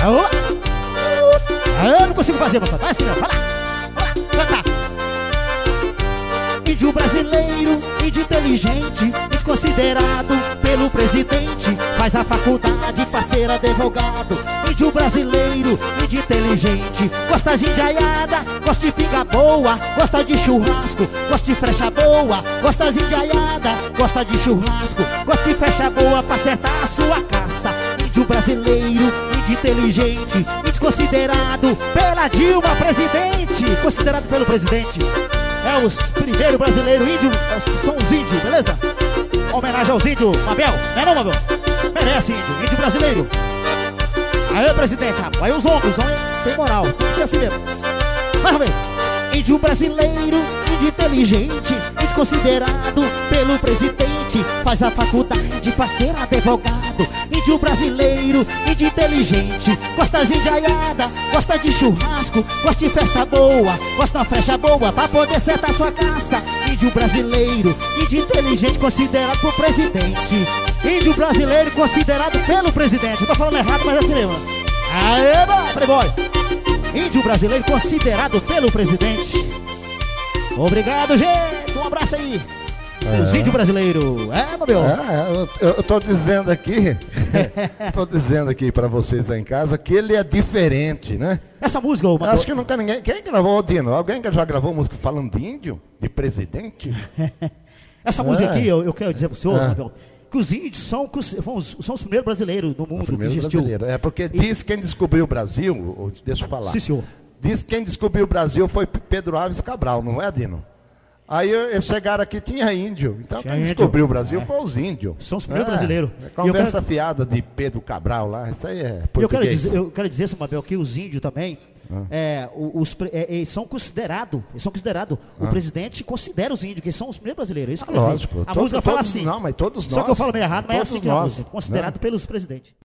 Speaker 8: Ah, ô. Ah, eu não consigo fazer, moçada. Vai assim, não. vai lá. Vai lá, cantar. Índio um brasileiro, índio inteligente, índio considerado pelo presidente. Faz a faculdade pra ser advogado. Índio brasileiro, índio inteligente. Gosta de jaiada, gosta de pinga boa, gosta de churrasco, gosta de frecha boa, gosta de jaiada, gosta de churrasco, gosta de frecha boa pra acertar a sua caça. Índio brasileiro, índio inteligente, índio considerado pela Dilma presidente. Considerado pelo presidente. É os primeiros brasileiros índios, é, são os índios, beleza? Homenagem aos índios, Mabel, né não, Mabel? Merece índio, índio brasileiro. Aê, presidente, rapaz, aí os ombros, aí tem moral, tem que ser assim mesmo. Vai, Rabel. Índio brasileiro, índio inteligente, índio considerado pelo presidente. Faz a faculdade pra ser advogado. Índio brasileiro, índio inteligente. Gosta de jaiada, gosta de churrasco, gosta de festa boa, gosta de festa boa pra poder setar sua caça. Índio brasileiro, índio inteligente considerado por presidente. Índio brasileiro considerado pelo presidente. Eu tô falando errado, mas é assim mesmo. Aê, boy, playboy! índio brasileiro considerado pelo presidente. Obrigado, gente. Um abraço aí.
Speaker 7: É.
Speaker 8: Os índios brasileiros. É, meu.
Speaker 7: Ah, eu, eu tô dizendo aqui, tô dizendo aqui pra vocês aí em casa que ele é diferente, né?
Speaker 8: Essa música, ô, Matheus.
Speaker 7: Acho que nunca ninguém. Quem gravou, Dino? Alguém que já gravou música falando de índio? De presidente?
Speaker 8: Essa
Speaker 7: é.
Speaker 8: música aqui, eu, eu quero dizer pro senhor,
Speaker 7: Ah.
Speaker 8: Isabel, que os índios são, cons- foram os, são os primeiros brasileiros do mundo
Speaker 7: O primeiro
Speaker 8: que existiu.
Speaker 7: brasileiro. É porque diz quem descobriu o Brasil, ou- deixa eu falar.
Speaker 8: Sim, senhor.
Speaker 7: Diz que quem descobriu o Brasil foi P- Pedro Alves Cabral, não é, Dino? Aí eu- eles chegaram aqui, tinha índio. Então
Speaker 8: Tinha
Speaker 7: quem
Speaker 8: índio.
Speaker 7: descobriu o Brasil
Speaker 8: É.
Speaker 7: foi os índios.
Speaker 8: São os primeiros brasileiros.
Speaker 7: é
Speaker 8: E eu
Speaker 7: Conversa
Speaker 8: quero-
Speaker 7: fiada de Pedro Cabral lá, isso aí
Speaker 8: E
Speaker 7: é Ah.
Speaker 8: Eu quero,
Speaker 7: português.
Speaker 8: dizer, eu quero dizer, seu Mabel, que os índios também é, o- os, pre- é, eles são considerados. Eles são considerados. O presidente considera os índios, que eles são os primeiros brasileiros. é Isso que
Speaker 7: Ah,
Speaker 8: eu quero dizer.
Speaker 7: lógico.
Speaker 8: A
Speaker 7: Todos-
Speaker 8: música fala
Speaker 7: todos
Speaker 8: assim.
Speaker 7: não, mas todos
Speaker 8: Só que eu
Speaker 7: nós.
Speaker 8: falo meio errado, mas é
Speaker 7: Todos
Speaker 8: assim que é a
Speaker 7: nós,
Speaker 8: música. Considerado
Speaker 7: né?
Speaker 8: pelos presidentes.